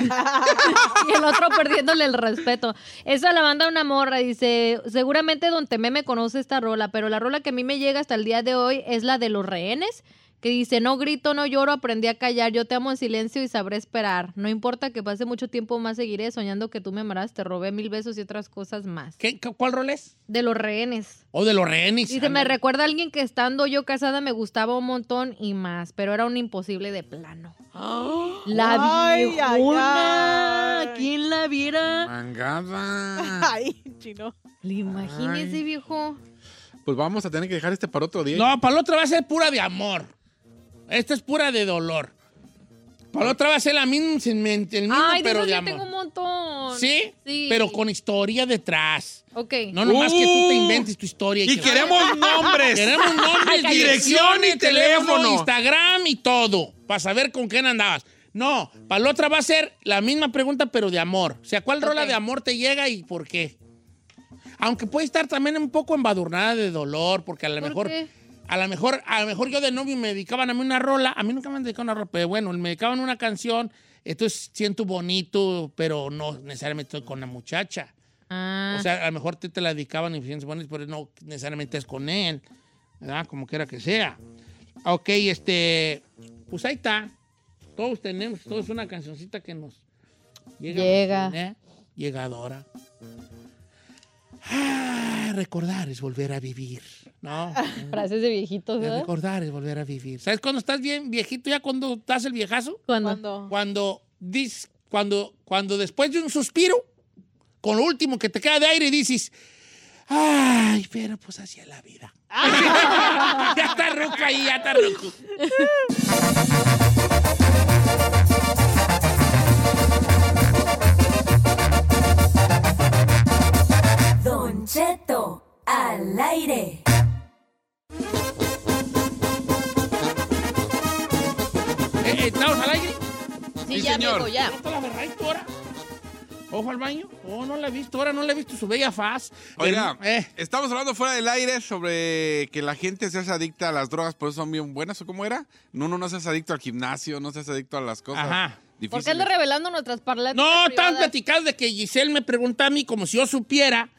el otro perdiéndole el respeto. Esa la manda una morra. Dice, seguramente Don Temé me conoce esta rola, pero la rola que a mí me llega hasta el día de hoy es la de los rehenes. Que dice, no grito, no lloro, aprendí a callar, yo te amo en silencio y sabré esperar. No importa que pase mucho tiempo más, seguiré soñando que tú me amarás, te robé mil besos y otras cosas más.
¿Qué- cu- ¿Cuál rol es?
De los rehenes.
O de los rehenes. Ah,
Dice, me
Ándale.
recuerda a alguien que estando yo casada me gustaba un montón y más, pero era un imposible de plano. La
Ay, ay,
viejona.
ay.
¿Quién la viera?
Mangada.
Ay, chino.
Le imagínese, viejo.
Pues vamos a tener que dejar este para otro día.
No, para la otra va a ser pura de amor. Esta es pura de dolor. Para la otra va a ser la misma, el mismo,
Ay, de
pero
esos
de
yo
amor.
tengo un montón.
¿Sí? Pero con historia detrás.
Ok.
No nomás que tú te
Uh.
inventes tu historia.
Y
que-
queremos nombres.
Queremos nombres,
Dirección
dirección y
y
teléfono,
teléfono.
Instagram y todo, para saber con quién andabas. No, para la otra va a ser la misma pregunta, pero de amor. O sea, ¿cuál rola de amor te llega y por qué? Aunque puede estar también un poco embadurnada de dolor, porque a lo
¿Por
mejor,
qué?
a lo mejor, a lo mejor yo de novio me dedicaban a mí una rola, a mí nunca me han dedicado una rola, pero bueno, me dedicaban una canción, entonces siento bonito, pero no necesariamente estoy con la muchacha.
Ah,
O sea, a lo mejor te, te la dedicaban y sientes buenas, pero no necesariamente es con él. ¿Verdad? Como quiera que sea. Ok, este. Pues ahí está. Todos tenemos, todos una cancioncita que nos llega.
Llega.
¿eh? Llegadora. Ah, recordar es volver a vivir. No.
frases de viejitos, ¿verdad?
recordar es volver a vivir. ¿Sabes cuando estás bien viejito? Ya cuando estás el viejazo
¿Cuándo?
Cuando.
cuando, dis- cuando, cuando después de un suspiro, con lo último que te queda de aire, dices, ay, pero pues así es la vida. ya está ruco ahí, ya está ruco.
Don Cheto al aire.
Eh, eh, ¿Estamos al aire?
Sí,
Sí,
ya,
señor.
viejo, ya.
¿No te la verráis tú ahora? Ojo al baño. Oh, no la he visto ahora, no la he visto su bella faz.
Oiga,
Eh,
estamos hablando fuera del aire sobre que la gente se hace adicta a las drogas, por eso son bien buenas, ¿o cómo era? No, no, no seas adicto al gimnasio, no seas adicto a las cosas.
Ajá.
¿Por
difíciles.
qué anda revelando nuestras parlas?
No, estaban platicando de que Giselle me preguntó a mí como si yo supiera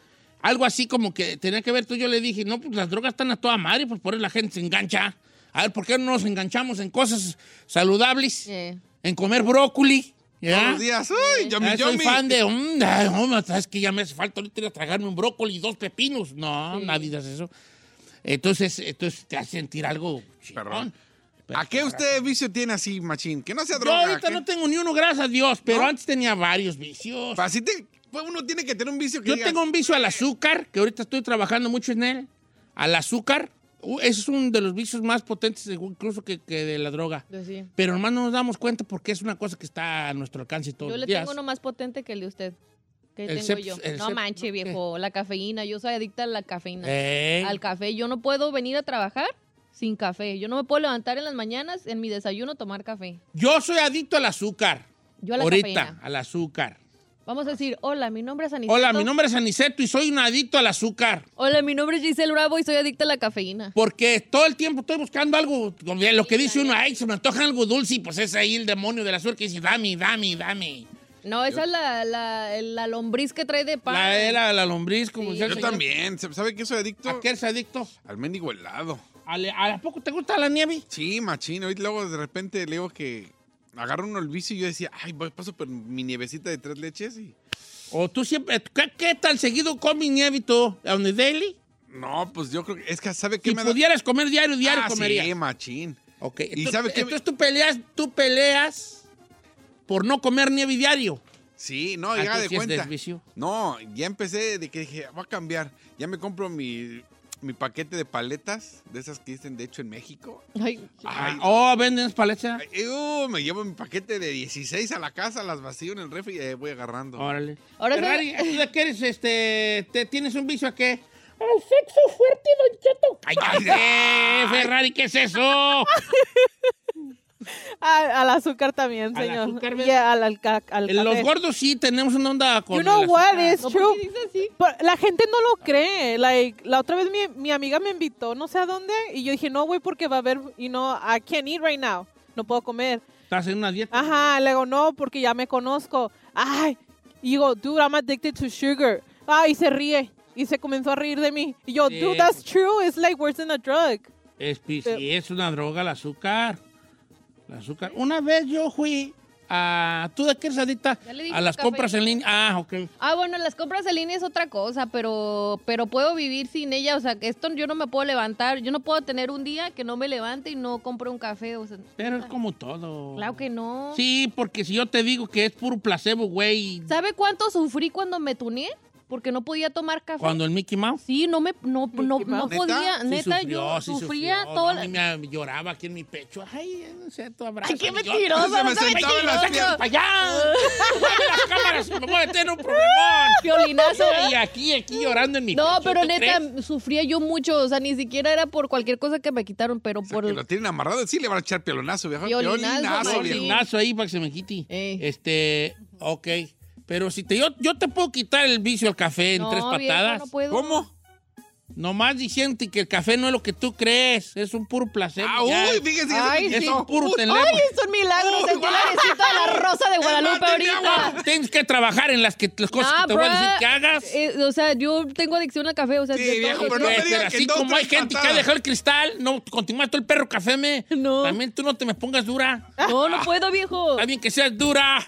algo así como que tenía que ver tú. Yo le dije, no, pues las drogas están a toda madre, pues por eso la gente se engancha. A ver, ¿por qué no nos enganchamos en cosas saludables?
Eh.
En comer brócoli.
Todos
¿ya?
los días, uy, yummy,
Ah, Ya soy
yummy.
fan de... mm, ay, no, ¿Sabes que Ya me hace falta ahorita ir a tragarme un brócoli y dos pepinos. No, nadie hace eso. Entonces, entonces te hace sentir algo chingón. pues,
Perdón. ¿A qué usted vicio tiene así, machín? Que no sea
Yo
droga.
ahorita
¿qué?
no tengo ni uno, gracias a Dios, pero
¿No?
antes tenía varios vicios.
Pa- así te- pues uno tiene que tener un vicio que
Yo
digas,
tengo un vicio al azúcar, que ahorita estoy trabajando mucho en él. Al azúcar, uh, ese es uno de los vicios más potentes, eh, incluso que, que de la droga.
Yo pues sí.
Pero nomás no nos damos cuenta porque es una cosa que está a nuestro alcance todos
Yo
los
le
días.
tengo uno más potente que el de usted. Que
El
tengo
Ceps-
yo.
el
No
Ceps-
manche,
¿qué? Eh.
viejo. La cafeína. Yo soy adicta a la cafeína.
Ey.
al café. Yo no puedo venir a trabajar sin café. Yo no me puedo levantar en las mañanas en mi desayuno tomar café.
Yo soy adicto al azúcar.
Yo a la
ahorita,
cafeína.
al azúcar.
Vamos a decir, hola, mi nombre es Aniceto.
Hola, mi nombre es Aniceto y soy un adicto al azúcar.
Hola, mi nombre es Giselle Bravo y soy adicta a la cafeína.
Porque todo el tiempo estoy buscando algo, de lo que dice uno, ay, se me antoja algo dulce, y pues es ahí el demonio del azúcar que dice, dame, dame, dame.
No, esa es la, la, la lombriz que trae de pan.
La era, la lombriz, como
Sí.
decía el
Yo
señor.
también. ¿Sabe qué soy adicto?
¿A qué eres adicto?
Al mendigo helado.
¿A, le- a poco te gusta la nieve?
Sí, machín. Ahorita luego de repente le digo que agarro uno el bici y yo decía, ay, voy, paso por mi nievecita de tres leches y.
¿O tú siempre, qué, qué tan seguido comes nieve tú? ¿On the daily?
No, pues yo creo que. Es que, ¿sabe qué
Si
me da?
pudieras comer diario, diario
Ah,
comerías.
Sí, machín.
Ok,
¿Y
entonces,
sabe qué?
entonces tú peleas, tú peleas por no comer nieve diario.
Sí, no,
Ah,
llega
tú
de
sí es
cuenta.
desvicio.
No, ya empecé de que dije, voy a cambiar. Ya me compro mi, mi paquete de paletas, de esas que dicen, de hecho, en México.
Ay,
Ah,
Ay,
oh, venden paletas.
ay, uh, me llevo mi paquete de 16 a la casa, las vacío en el refri y eh, voy agarrando.
Órale.
Ahora
Ferrari,
sabe-
¿tú de qué eres, este, te, tienes un vicio a qué? Al sexo fuerte, Don Cheto. ¡Cállate, Ferrari, qué es eso! Eh,
A- Ah, al azúcar también,
Al
señor.
azúcar,
y
¿verdad?
al, al ca- al
Los
café.
gordos sí tenemos una onda con
You know
el
what,
azúcar.
it's
No, ¿por
true.
qué dice así?
Pero la gente no lo cree. Like, la otra vez mi, mi amiga me invitó, no sé a dónde, y yo dije, no, güey, porque va a haber, you know, I can't eat right now. No puedo comer.
Estás en una dieta.
Ajá, le digo, no, porque ya me conozco. Ay, y digo, dude, I'm addicted to sugar. Ah, y se ríe. Y se comenzó a reír de mí. Y yo,
Sí,
dude, that's true. It's like worse than a drug.
Es, pi- sí, es una droga el azúcar. El azúcar. Una vez yo fui a... ¿Tú de qué eres adicta?
Ya le dije
A las
cafeína.
compras en línea. Ah, ok.
Ah, bueno, las compras en línea es otra cosa, pero, pero puedo vivir sin ella. O sea, que esto yo no me puedo levantar. Yo no puedo tener un día que no me levante y no compre un café. O sea,
Pero es como todo.
Ah. claro que no.
Sí, porque si yo te digo que es puro placebo, güey,
¿Sabe cuánto sufrí cuando me tuneé? Porque no podía tomar café.
cuando el Mickey Mouse...
Sí, no me, no, no, no
Mouse.
podía,
¿Neta?
Sí
neta,
sufrió,
yo
sí
sufría
sufrió.
todo.
No, a
la-
mí me lloraba aquí en mi pecho. Ay, no sé, tu abrazo.
Ay, qué
Yo-
mentiroso,
Se me
no seas
sentaban las
mentiroso.
¡Para allá! ¡Mueve las cámaras! ¡Me voy a meter en un problemón!
Violinazo.
Y aquí, aquí llorando en mi
No,
pecho,
pero
¿tú
neta,
crees?
sufría yo mucho. O sea, ni siquiera era por cualquier cosa que me quitaron, pero
O sea,
por...
que lo tienen amarrado, sí le van a echar piolonazo, viejo.
Piolinazo,
Piolinazo,
machín.
viejo.
Violinazo ahí para que se me quite.
Ey.
Este, ok. Pero si te, yo, yo te puedo quitar el vicio al café en
No,
tres
viejo,
patadas.
no puedo.
¿Cómo?
Nomás diciendo que el café no es lo que tú crees. Es un puro placer.
Ah,
ya.
uy, fíjese que
Ay,
eso-
es
sí.
un
eso-
puro
uy,
teléfono.
¡Ay, es un milagro!
Oh,
Sentí la
wow.
visita de la rosa de Guadalupe
mate, mi agua.
ahorita.
Tienes que trabajar en las, que, las cosas
Nah,
que te voy a decir
bruh.
que hagas.
Eh, o sea, yo tengo adicción al café. O sea,
Sí,
yo todo-
viejo, pero no
Pues,
me digas
pero
que
así
en dos,
como hay
tres
gente que ha
patadas.
dejado el cristal, no continúas todo el perro café, me.
No.
También tú no te me Ah. pongas dura.
No, no puedo, viejo.
Está bien que seas dura.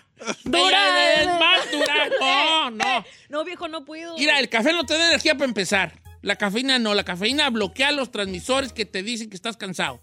Dura.
Es más dura. No, no.
No, viejo, no puedo.
Mira, el café no te da energía para empezar. La cafeína no. La cafeína bloquea los transmisores que te dicen que estás cansado.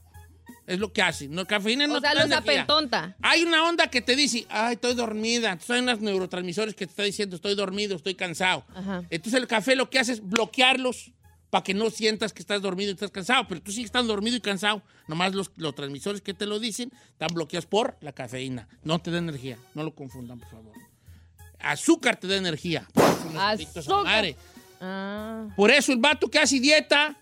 Es lo que hace. No, cafeína no
o sea,
te da
los
energía.
apentonta.
Hay una onda que te dice, ay, estoy dormida. Entonces hay unos neurotransmisores que te está diciendo, estoy dormido, estoy cansado.
Ajá.
Entonces el café lo que hace es bloquearlos para que no sientas que estás dormido y estás cansado. Pero tú sí estás dormido y cansado. Nomás los, los transmisores que te lo dicen están bloqueados por la cafeína. No te da energía. No lo confundan, por favor. Azúcar te da energía. Por eso unos adictos a
Azúcar.
madre.
Ah.
Por eso el vato que hace dieta,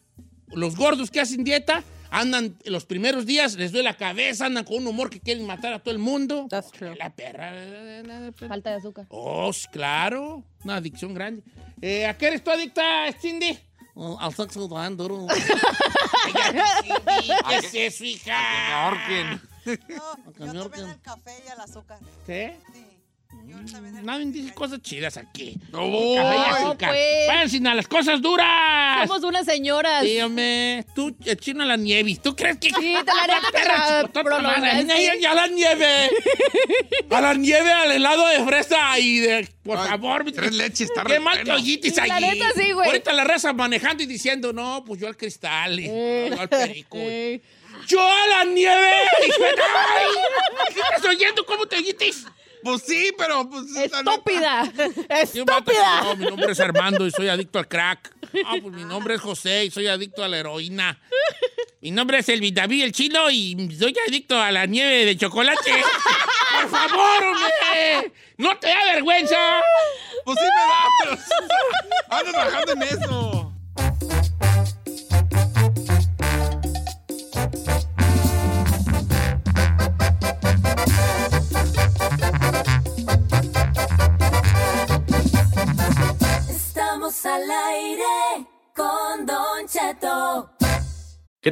los gordos que hacen dieta, andan los primeros días, les duele la cabeza, andan con un humor que quieren matar a todo el mundo.
That's true.
La perra. la- la- la- la-
Falta de azúcar.
Oh, sí, claro. Una adicción grande. Eh, ¿A qué eres tú adicta, Cindy? Oh, al sexo tan duro. ¿Qué es eso, hija?
No,
que me
yo
ahorquen.
también al café y al azúcar.
¿Qué?
Sí. Yo también al
Nadie
café.
dice cosas chidas aquí.
Uy,
Ay,
No,
azúcar.
pues.
Váyanse a las cosas duras.
Somos unas señoras.
Dígame, tú, eh, chino, la nieve. ¿Tú crees que.? Ah,
Sí, te la neta te la
Chocotota, madre,
prolongaste.
niña, ya la nieve! ¡A la nieve, al helado de fresa y de. Por
Ay,
favor, mi-
Tres leches, está
¡Qué
re
mal
bueno.
toallitis
Sí,
allí!
la neta sí, güey.
Ahorita la raza manejando y diciendo, no, pues yo al cristal, y-
Eh.
yo al perico. y-
Eh,
¡Yo a la nieve! Y yo, ¡Ay! ¿Qué estás oyendo? ¿Cómo te oyitis?
Pues sí, pero pues. la neta-
Estúpida.
Y un vato que, No, mi nombre es Armando y soy adicto al crack. Ah, pues mi nombre es José y soy adicto a la heroína. Mi nombre es el David el Chino y soy adicto a la nieve de chocolate. ¡Por favor, hombre! ¡No te da vergüenza!
Pues sí, me da, pero. Ando trabajando en eso.
Don Cheto,
¿Qué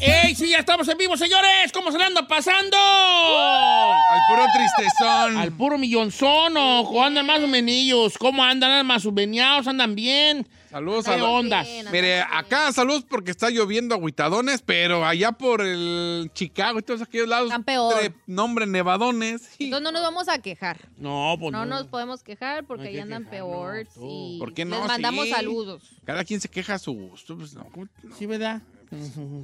¡Ey, sí, ya estamos en vivo, señores! ¿Cómo se le anda pasando?
Al puro tristezón.
Al puro millonzón, ojo, andan más o menillos. ¿Cómo andan? ¿Andan más subveniados? ¿Andan bien?
Saludos
¿Qué
a los...
ondas?
Mire, acá saludos porque está lloviendo agüitadones, pero allá por el Chicago y todos aquellos lados.
Están peor.
tre- Nombre nevadones.
Entonces no nos vamos a quejar.
No, pues
No
no.
nos podemos quejar porque
No
ahí
hay que
andan
quejarnos,
peor.
tú.
y
¿Por qué no?
Les mandamos
Sí.
saludos.
Cada quien se queja a su gusto. pues, no, ¿cómo- no?
Sí, ¿verdad?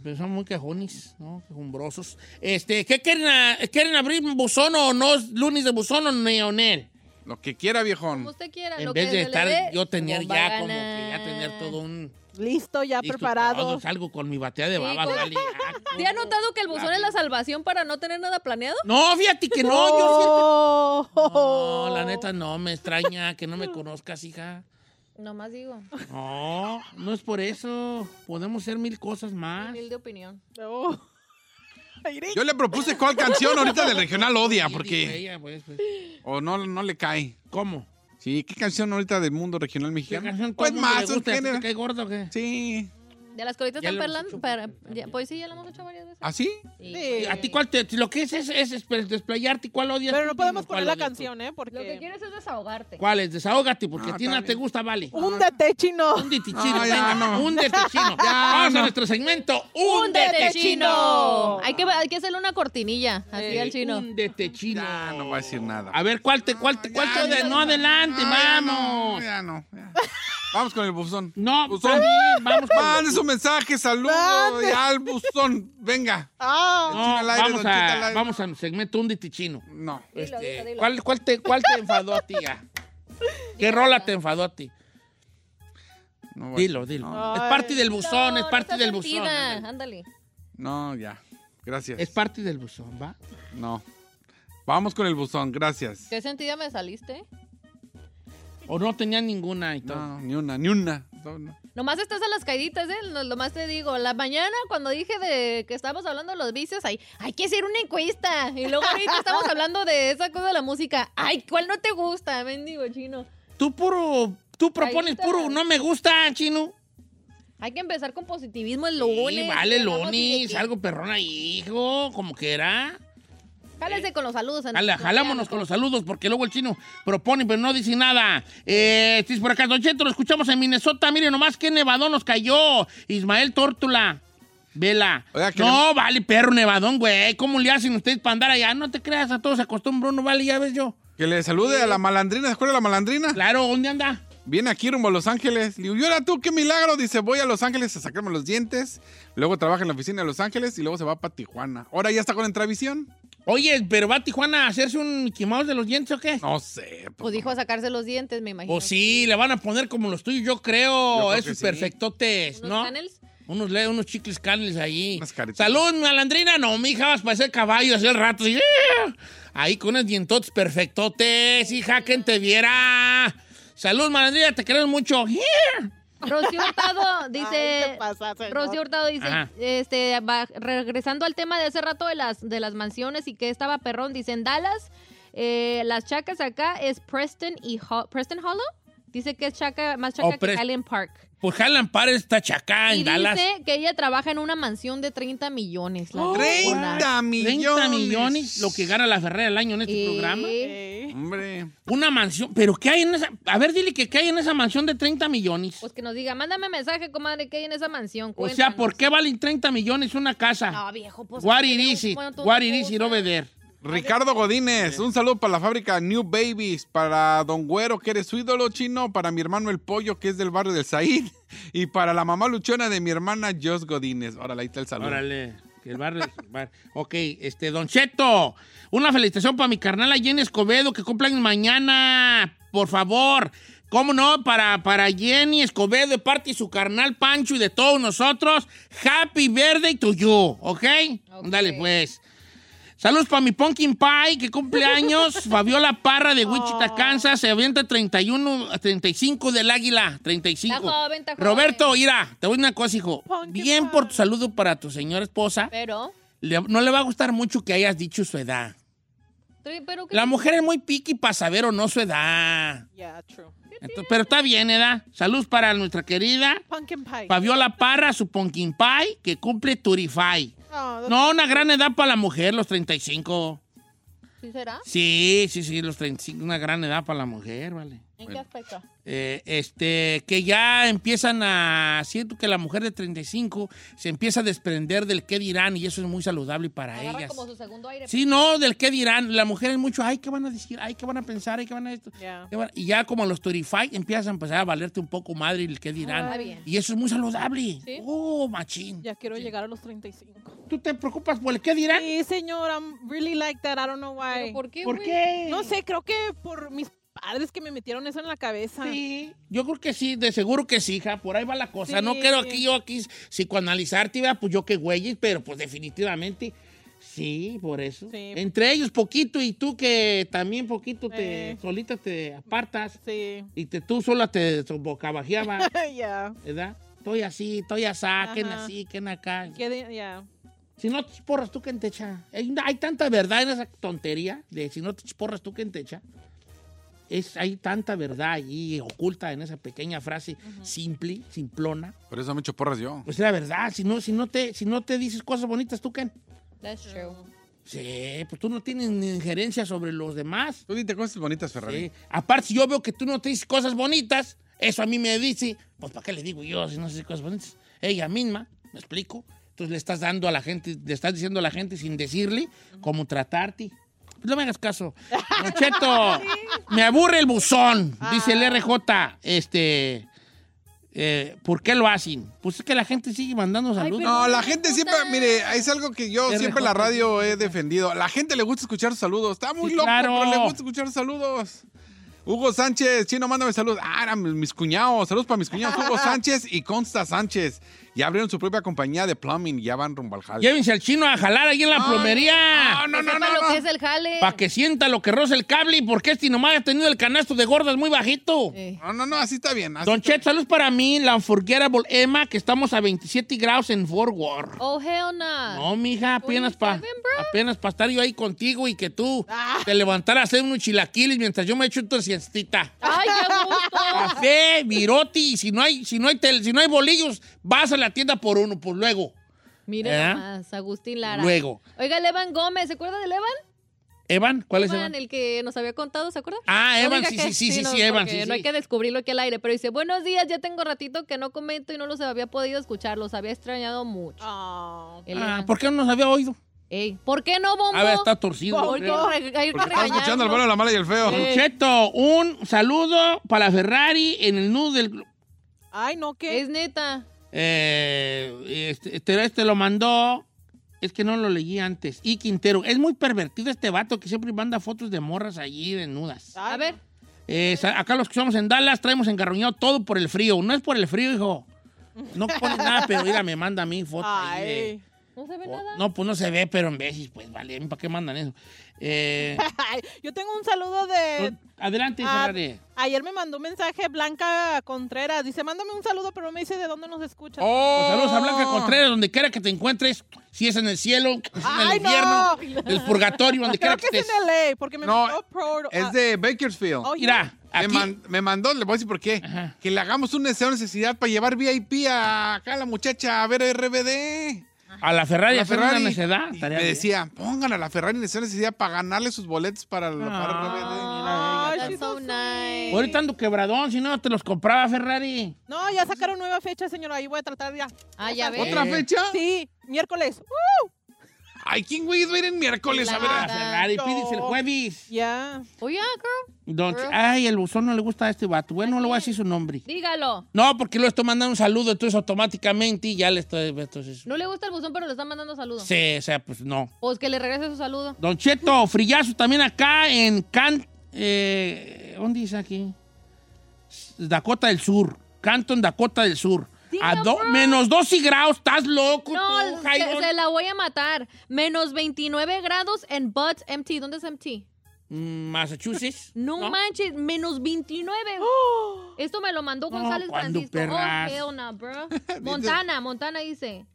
Pero son muy quejones, ¿no? Quejumbrosos. Este, ¿qué quieren, a- quieren abrir buzón o no? ¿Lunes de buzón o neonel?
Lo que quiera, viejón.
Como usted quiera.
En
lo
vez
que
de
se le
estar
dé,
yo tener
bomba
ya como que ya
gana.
tener todo un...
Listo, ya
listo,
preparado.
todo, Salgo con mi batea de
Sí,
babas,
¿cómo?
vale, ah, ya,
¿Te ha notado que el buzón es la salvación para no tener nada planeado?
No, fíjate que no, yo siempre...
Oh.
No, la neta no, me extraña que no me conozcas, hija.
Nomás digo.
No, no es por eso. Podemos ser mil cosas más.
Humilde opinión.
Oh. Aire.
Yo le propuse cuál canción ahorita del regional odia, Ah, porque.
Ella, pues, pues.
O no, no le cae.
¿Cómo?
Sí, ¿qué canción ahorita del mundo regional
¿Qué
mexicano?
canción todo
pues
el mundo
más,
le
un
gusta? ¿A ti te
género.
cae gordo o qué?
Sí.
De las colitas
Ya
tan
lo hemos
perlan.
hecho. Ah,
para- ya- pues sí, ya lo hemos hecho varias veces.
¿Así?
Sí.
¿A ti cuál te, lo que es es, es espe- desplayarte? ¿Cuál odias?
Pero
tú,
no podemos
Tino? ¿Cuál
poner la
odias tú?
canción, ¿eh? Porque
Lo que quieres es desahogarte.
¿Cuál es? Desahógate, porque
Ah,
a ti no
está
te
bien.
gusta, vale.
Húndete, chino.
Un detichino,
Ah, ya,
venga,
no.
un detichino. Vamos a nuestro segmento, un
¡Húndete,
detechino.
Hay que, hay que hacerle una cortinilla así al chino.
Un detechino.
Ya Ah, no va a decir nada.
A ver, ¿cuál te, cuál te, cuál
Ya,
te ode-
ya,
No, adelante,
No, ya no,
vamos.
Ya no. ya. Vamos con el buzón.
No,
Buzón.
está bien, vamos con-
Mande su mensaje, saludos. Ya al buzón. Venga.
Ah.
No,
Échame al aire,
vamos,
don Chito, al
a,
aire.
vamos a mi segmento, un detechino.
No.
Dilo,
Este,
dilo, dilo.
¿cuál, cuál te, ¿Cuál te enfadó a ti ya? ¿Qué rola te enfadó a ti?
no voy.
Dilo, dilo.
No,
Es
Ay.
parte del buzón,
No,
es
no
parte
seas
del buzón.
mentida.
ándale.
Ándale.
no, ya. Gracias.
Es parte del buzón, ¿va?
No. Vamos con el buzón, gracias.
¿Qué sentida me saliste?
O no tenía ninguna y todo.
No, ni una, ni una. No, no.
Nomás estás a las caiditas, ¿eh? Lo, lo más te digo. La mañana, cuando dije de que estábamos hablando de los vicios, ahí, hay que hacer una encuesta. Y luego ahorita estamos hablando de esa cosa de la música. Ay, ¿cuál no te gusta, mendigo chino?
Tú puro, tú propones
está.
puro, no me gusta, chino.
Hay que empezar con positivismo el
Sí,
lunes.
vale,
Vamos
lunes,
directi-
algo perrón ahí, hijo, como que era.
Jálese con los saludos. Ana.
Jala- jalámonos con los saludos porque luego el chino propone pero no dice nada. Eh, si es por acá, Don Cheto, lo escuchamos en Minnesota. Mire nomás qué nevadón nos cayó. Ismael Tórtula. Vela.
Oiga, que
no, vale, perro nevadón, güey. ¿Cómo le hacen ustedes para andar allá? No te creas, a todos se acostumbra uno, vale, ya ves yo.
Que le salude a la malandrina, ¿se acuerda de la malandrina?
Claro, ¿dónde anda?
Viene aquí rumbo a Los Ángeles. Le digo, ¿y ahora tú qué milagro? Dice, voy a Los Ángeles a sacarme los dientes. Luego trabaja en la oficina de Los Ángeles y luego se va para Tijuana. Ahora ya está con Entravisión.
Oye, ¿pero va a Tijuana a hacerse un Mickey Mouse de los dientes o qué?
No sé. pues,
Pues dijo a sacarse los dientes, me imagino.
Pues sí, le van a poner como los tuyos, yo creo.
Yo creo que
Esos
sí.
perfectotes,
Unos
¿no?
panels.
Unos, le- unos chicles carnes ahí. Salud, malandrina. No, mija, vas para ese caballo hace el rato. así, ¡ah! Ahí con unos dientotes perfectotes, hija, quien te viera. Salud, malandrina, te queremos mucho. ¡ah! ¡Yeah!
Rocío Hurtado dice,
te pasaste, ¿no?
Rocío Hurtado dice,
Ajá.
este, va- regresando al tema de hace rato de las, de las mansiones y que estaba perrón, dice, en Dallas, eh, las chacas acá es Preston y Ho- Preston Hollow, dice que es chaca, más chaca
Oh,
que
Pres-
Highland Park.
Pues Highland Park está chacá en
Y
Dallas.
dice que ella trabaja en una mansión de 30 millones.
Oh,
La
¡30
señora.
millones!
30 millones lo que gana la Ferrera al año en este
Eh,
programa.
Hombre.
Una mansión. ¿Pero qué hay en esa? A ver, dile que qué hay en esa mansión de 30 millones.
Pues que nos diga, mándame mensaje, comadre, que hay en esa mansión.
O sea, ¿por qué valen 30 millones una casa?
No, viejo, pues...
What
que
it
tenemos-
is it?
bueno, todo
What
tipo
it is it over there?
Ricardo Godínez, un saludo para la fábrica New Babies, para Don Güero, que eres su ídolo chino, para mi hermano El Pollo, que es del barrio del Said, y para la mamá luchona de mi hermana Jos Godínez. Órale, ahí está el saludo.
Órale. que el barrio- el bar- Ok, este, Don Cheto, una felicitación para mi carnal Jenny Escobedo, que cumplan mañana, por favor. ¿Cómo no? Para, para Jenny Escobedo, de parte de su carnal Pancho y de todos nosotros, happy birthday to you, ¿ok? Dale, pues. Saludos para mi Pumpkin Pie, que cumple años. Fabiola Parra de
Oh.
Wichita, Kansas. Se avienta 31, 35 del Águila. 35.
Está joven, está joven.
Roberto, mira, te voy a una cosa, hijo. Bien por tu saludo para tu señora esposa.
Pero...
Le- no le va a gustar mucho que hayas dicho su edad.
pero que-
La mujer es muy piqui para saber o no su edad.
Yeah, true.
Entonces, pero está bien, edad. Saludos para nuestra querida
Pumpkin pie.
Fabiola Parra, su Pumpkin Pie, que cumple Turify.
Oh, that's-
No, una gran edad para la mujer, los 35.
¿Sí será?
Sí, sí, sí, los 35, una gran edad para la mujer, vale.
¿En
Bueno.
qué aspecto?
Eh, este, que ya empiezan a. Siento que la mujer de 35 se empieza a desprender del qué dirán y eso es muy saludable para
Agarra
ellas.
como su segundo aire.
Sí, no, del qué dirán. La mujer es mucho, ay, ¿qué van a decir? Ay, ¿qué van a pensar? Ay, ¿qué van a esto?
Yeah.
¿Qué van a-? Y ya como los Turify empiezas a empezar a valerte un poco madre el qué dirán.
Está bien.
Y eso es muy saludable.
Sí.
Oh, machín.
Ya quiero llegar a los 35.
¿Tú te preocupas por el qué dirán?
Sí, señor, I'm really like that. I don't know why.
¿Pero por qué,
¿Por
güey?
qué?
No sé, creo que por mis padres que me metieron eso en la cabeza.
Sí, yo creo que sí, de seguro que sí, hija, por ahí va la cosa.
Sí.
No quiero aquí yo aquí psicoanalizarte, ¿verdad? pues yo que güeyes, pero pues definitivamente sí, por eso.
Sí.
Entre ellos poquito y tú que también poquito te
Eh.
solita te apartas
Sí.
y te tú sola te bocabajeabas,
yeah.
¿verdad? Estoy así, estoy asá, que en
Ajá.
así, que en acá.
Quede- yeah.
Si no te chisporras tú, ¿quién te echa? Hay, hay tanta verdad en esa tontería de si no te chisporras tú, ¿quién te echa? Es, hay tanta verdad ahí oculta en esa pequeña frase simple, simplona.
Por eso me echo porras yo.
Pues la verdad, si no, si no, te, si no te dices cosas bonitas, ¿tú quién?
That's true.
Sí, pues tú no tienes ni injerencia sobre los demás.
Tú dite cosas bonitas, Ferrari.
Sí. Aparte, si yo veo que tú no te dices cosas bonitas, eso a mí me dice, pues ¿para qué le digo yo si no sé cosas bonitas? Ella misma, ¿me explico? Entonces le estás dando a la gente, le estás diciendo a la gente sin decirle cómo tratarte. Pues, no me hagas caso. Don Cheto, me aburre el buzón, dice el RJ. Este, eh, ¿por qué lo hacen? Pues es que la gente sigue mandando saludos.
No, la gente siempre, mire, es algo que yo
RJ.
siempre en la radio he defendido. La gente le gusta escuchar sus saludos. Está muy
Sí,
loco,
claro.
pero le gusta escuchar sus saludos. Hugo Sánchez, chino, mándame saludos. Ah, eran mis cuñados. Saludos para mis cuñados, Hugo Sánchez y Consta Sánchez. Ya abrieron su propia compañía de plumbing. Ya van rumbo al jale.
Llévense al chino a jalar ahí en la plomería.
No, no,
Pues Sepa
no, no,
lo
no.
que es el jale.
Para que sienta lo que roza el cable y porque este nomás ha tenido el canasto de gordas muy bajito.
Eh.
No, no, no, así está bien. así
Don
está
Chet, saludos para mí, la Unforgettable Emma, que estamos a 27 grados en Fort Worth.
Oh, hell nah.
No, mija, apenas para
27, bro. Ah.
apenas pa estar yo ahí contigo y que tú te levantaras a hacer unos chilaquiles mientras yo me echo tu siestita.
Ay, qué gusto.
Café, viroti, y si no hay, si no hay tel- si no hay bolillos, vas a la tienda por uno, pues luego.
Miren
¿Eh?
nomás, Agustín Lara.
Luego.
Oiga, Levan Gómez, ¿se acuerda de Levan?
Evan, ¿cuál es
Evan,
Evan?
el que nos había contado, ¿se acuerda?
Ah,
No
Evan,
diga
sí,
que
sí, sí, sí,
no,
sí, Evan,
porque
sí,
No
sí.
hay que descubrirlo aquí al aire, pero dice, buenos días, ya tengo ratito que no comento y no los había podido escuchar, los había extrañado mucho.
Oh.
El
Ah,
Evan.
¿Por qué no nos había oído?
Ey, ¿por qué no, bombo?
A ver, está torcido.
Porque
creo.
hay que
bien. Porque estaba
regañarlo.
escuchando el bueno, la mala y el feo.
Don Cheto, un saludo para Ferrari en el nudo del...
Ay, no, que
Es neta.
Eh, este, este, este lo mandó, es que no lo leí antes, y Quintero. Es muy pervertido este vato que siempre manda fotos de morras allí desnudas.
A ver,
Eh, sa- acá los que somos en Dallas traemos engarruñado todo por el frío. No es por el frío, hijo. No pone nada, pero mira, me manda a mí foto. ahí de-
Ay.
¿No se ve
o-
nada?
no, pues no se ve, pero en veces, pues vale, ¿para qué mandan eso? Eh,
Ay, Yo tengo un saludo de...
adelante,
Ah,
Ferrari.
ayer me mandó un mensaje Blanca Contreras. Dice, mándame un saludo, pero no me dice de dónde nos escucha.
Oh.
Pues saludos a
Oh.
Blanca Contreras, donde quiera que te encuentres, si es en el cielo, si es en el
Ay,
infierno,
no.
el purgatorio, donde quiera
Ah, Creo
que
que es
estés.
en LA, porque me
No,
mandó Pro- ah,
Es de Bakersfield.
Oh,
Mira,
me,
aquí-
man- me mandó, le voy a decir por qué. Que le hagamos un deseo de necesidad para llevar VIP a acá a la muchacha a ver RBD.
a la Ferrari,
La
a Ferrari,
Ferrari.
Ah, una necedad.
Y
estaría
me
bien.
decía, pongan a la Ferrari en esa necesidad para ganarle sus boletos para, la-
Ah.
para RBD.
Ay,
That's
sí,
so
no sé.
nice.
Ahorita ando quebradón, si no te los compraba Ferrari.
No, ya sacaron nueva fecha, señora. Ahí voy a tratar ya.
Ah, ya ves.
¿Otra
Eh.
fecha?
Sí, miércoles.
Ay, ¿quién güey va a ir en miércoles? A ver,
A
a-
Ferrari, pídese el jueves.
Ya.
Oh, yeah, girl.
Don-
Girl.
ay, el buzón no le gusta a este vato. Bueno, no le voy a decir su nombre.
Dígalo.
No, porque lo estoy mandando un saludo, entonces automáticamente y ya le estoy. Entonces,
No le gusta el buzón, pero le están mandando saludos.
sí, o sea, pues no.
Pues que le regrese su saludo.
Don Cheto, frillazo también acá en Can... eh, ¿Dónde dice aquí? Dakota del Sur. Canton, Dakota del Sur. A do-
bro.
menos 12 grados, estás loco.
No,
tú,
se,
Jairón?
se la voy a matar. Menos 29 grados en Butts MT. ¿Dónde es MT?
Mm, Massachusetts.
No, manches, menos 29.
Oh.
Esto me lo mandó González
¿cuándo,
Francisco.
perras?
Oh, hell no, bro. Montana, Montana dice.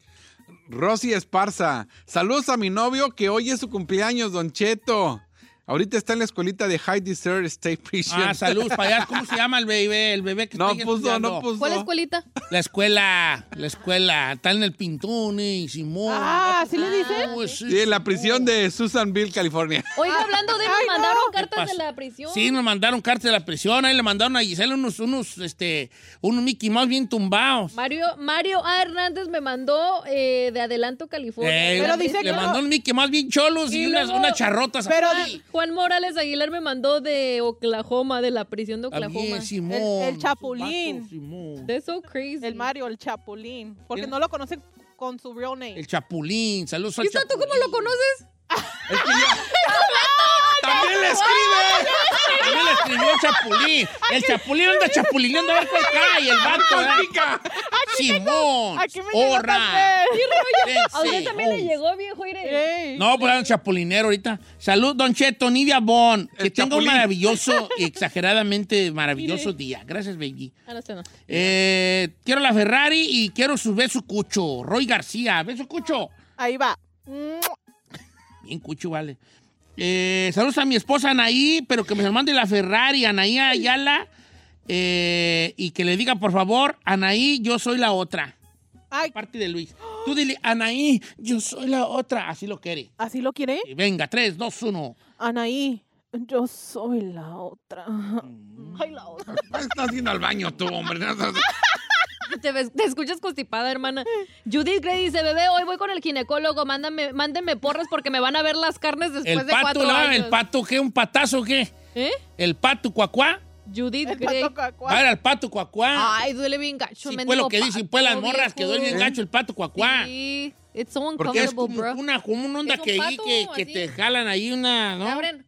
Rosy Esparza. Saludos a mi novio que hoy es su cumpleaños, Don Cheto. Ahorita está en la escuelita de High Desert State Prison.
Ah, salud, para allá. ¿Cómo se llama el bebé? El bebé que
No
está ahí
puso,
estudiando.
no pues. puso.
¿Cuál escuelita?
La escuela, la escuela. Está en el Pintón eh, y Simón.
Ah, ¿sí le dicen?
Oh, No, sí,
Sí, en la
Simón.
prisión de Susanville, California.
Oiga, hablando de nos mandaron cartas
pasa?
de la prisión.
Sí, nos mandaron cartas de la prisión. Ahí le mandaron a Giselle unos, unos, este, unos Mickey Mouse bien tumbados.
Mario, Mario A. Hernández me mandó eh, de Adelanto, California.
Eh,
Pero dice
le
que no.
mandó un Mickey más bien cholos y,
Y
unas,
luego-
unas charrotas.
Pero
Ah,
di-
Juan Morales Aguilar me mandó de Oklahoma, de la prisión de
también,
Oklahoma.
Simón,
El- el
su
Chapulín.
vato, Simón.
That's so crazy.
El Mario, el Chapulín. Porque
Mira.
no lo conocen con su real name.
El Chapulín. Saludos al
¿Y tú cómo lo conoces?
Es que yo- ¡También le escribe!
También le escribió el Chapulín. El Chapulín anda chapulineando a ver cuál cae. El vato. ¿verdad? Simón.
Aquí me llegó
Horra.
también.
A usted también le
Simón.
llegó, viejo, mire.
Ey.
No, pues era un chapulinero ahorita. Salud, Don Cheto, Nidia Bon. Que
El
tenga un
chapulín.
maravilloso, exageradamente maravilloso día. Gracias, baby.
Ah, no, usted no.
Eh, quiero la Ferrari y quiero su beso cucho. Roy García, beso cucho.
Ahí va. Mm, Mua.
Bien cucho, vale. Eh, saludos a mi esposa Anaí, pero que me la mande la Ferrari, Anaí Ayala. eh, y que le diga, por favor, Anaí, yo soy la otra.
Ay,
Parte de Luis. Tú dile, Anaí, yo soy la otra. Así lo quiere.
¿así lo quiere?
Y venga, 3, 2, 1.
Anaí, yo soy la otra.
Ay, la otra.
¿Qué estás haciendo al baño tú, hombre? No, no, no.
Te, ves- te escuchas constipada, hermana. Judith Gray dice, bebé, hoy voy con el ginecólogo, mándame, mándenme porras porque me van a ver las carnes después
El
de
pato,
cuatro
la-
años.
el pato, ¿qué? ¿Un patazo, qué?
¿Eh?
El pato cuacuá.
Judith
El
Gray.
pato cuacuá.
Va a ir al pato cuacuá.
Ay, duele bien gacho,
Sí,
mendigo
fue lo que dicen, pues las
pato,
morras que
viejo.
duele bien gacho el pato cuacuá.
Sí, it's so
Porque es
uncomfortable,
Es como
bro.
una, como una onda
Es un
que, ahí
pato,
que, que
así.
te jalan ahí una,
Te
¿no?
abren,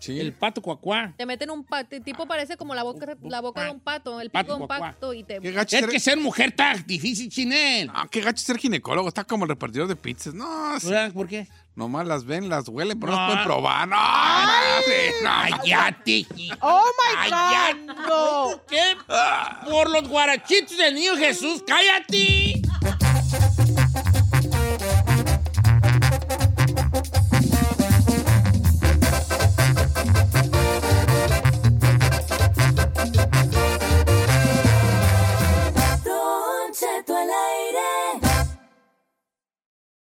Sí.
El pato cuacuá.
te meten un pato, tipo parece como la boca, la boca de un pato, el
Pato
pico de un
cuacuá.
pato y te...
Qué gacho
Es
ser,
que ser mujer tan difícil, chinel.
Ah, qué gacho ser ginecólogo. Está como el repartidor de pizzas. No, sí.
¿Verdad? ¿Por qué?
nomás las ven, las huelen, pero no,
No.
las pueden probar. No, sí, no.
¡Cállate!
Oh my
Ay, ya.
God. No.
¿Qué? Por los guarachitos del niño Jesús, cállate.
Don Cheto al aire.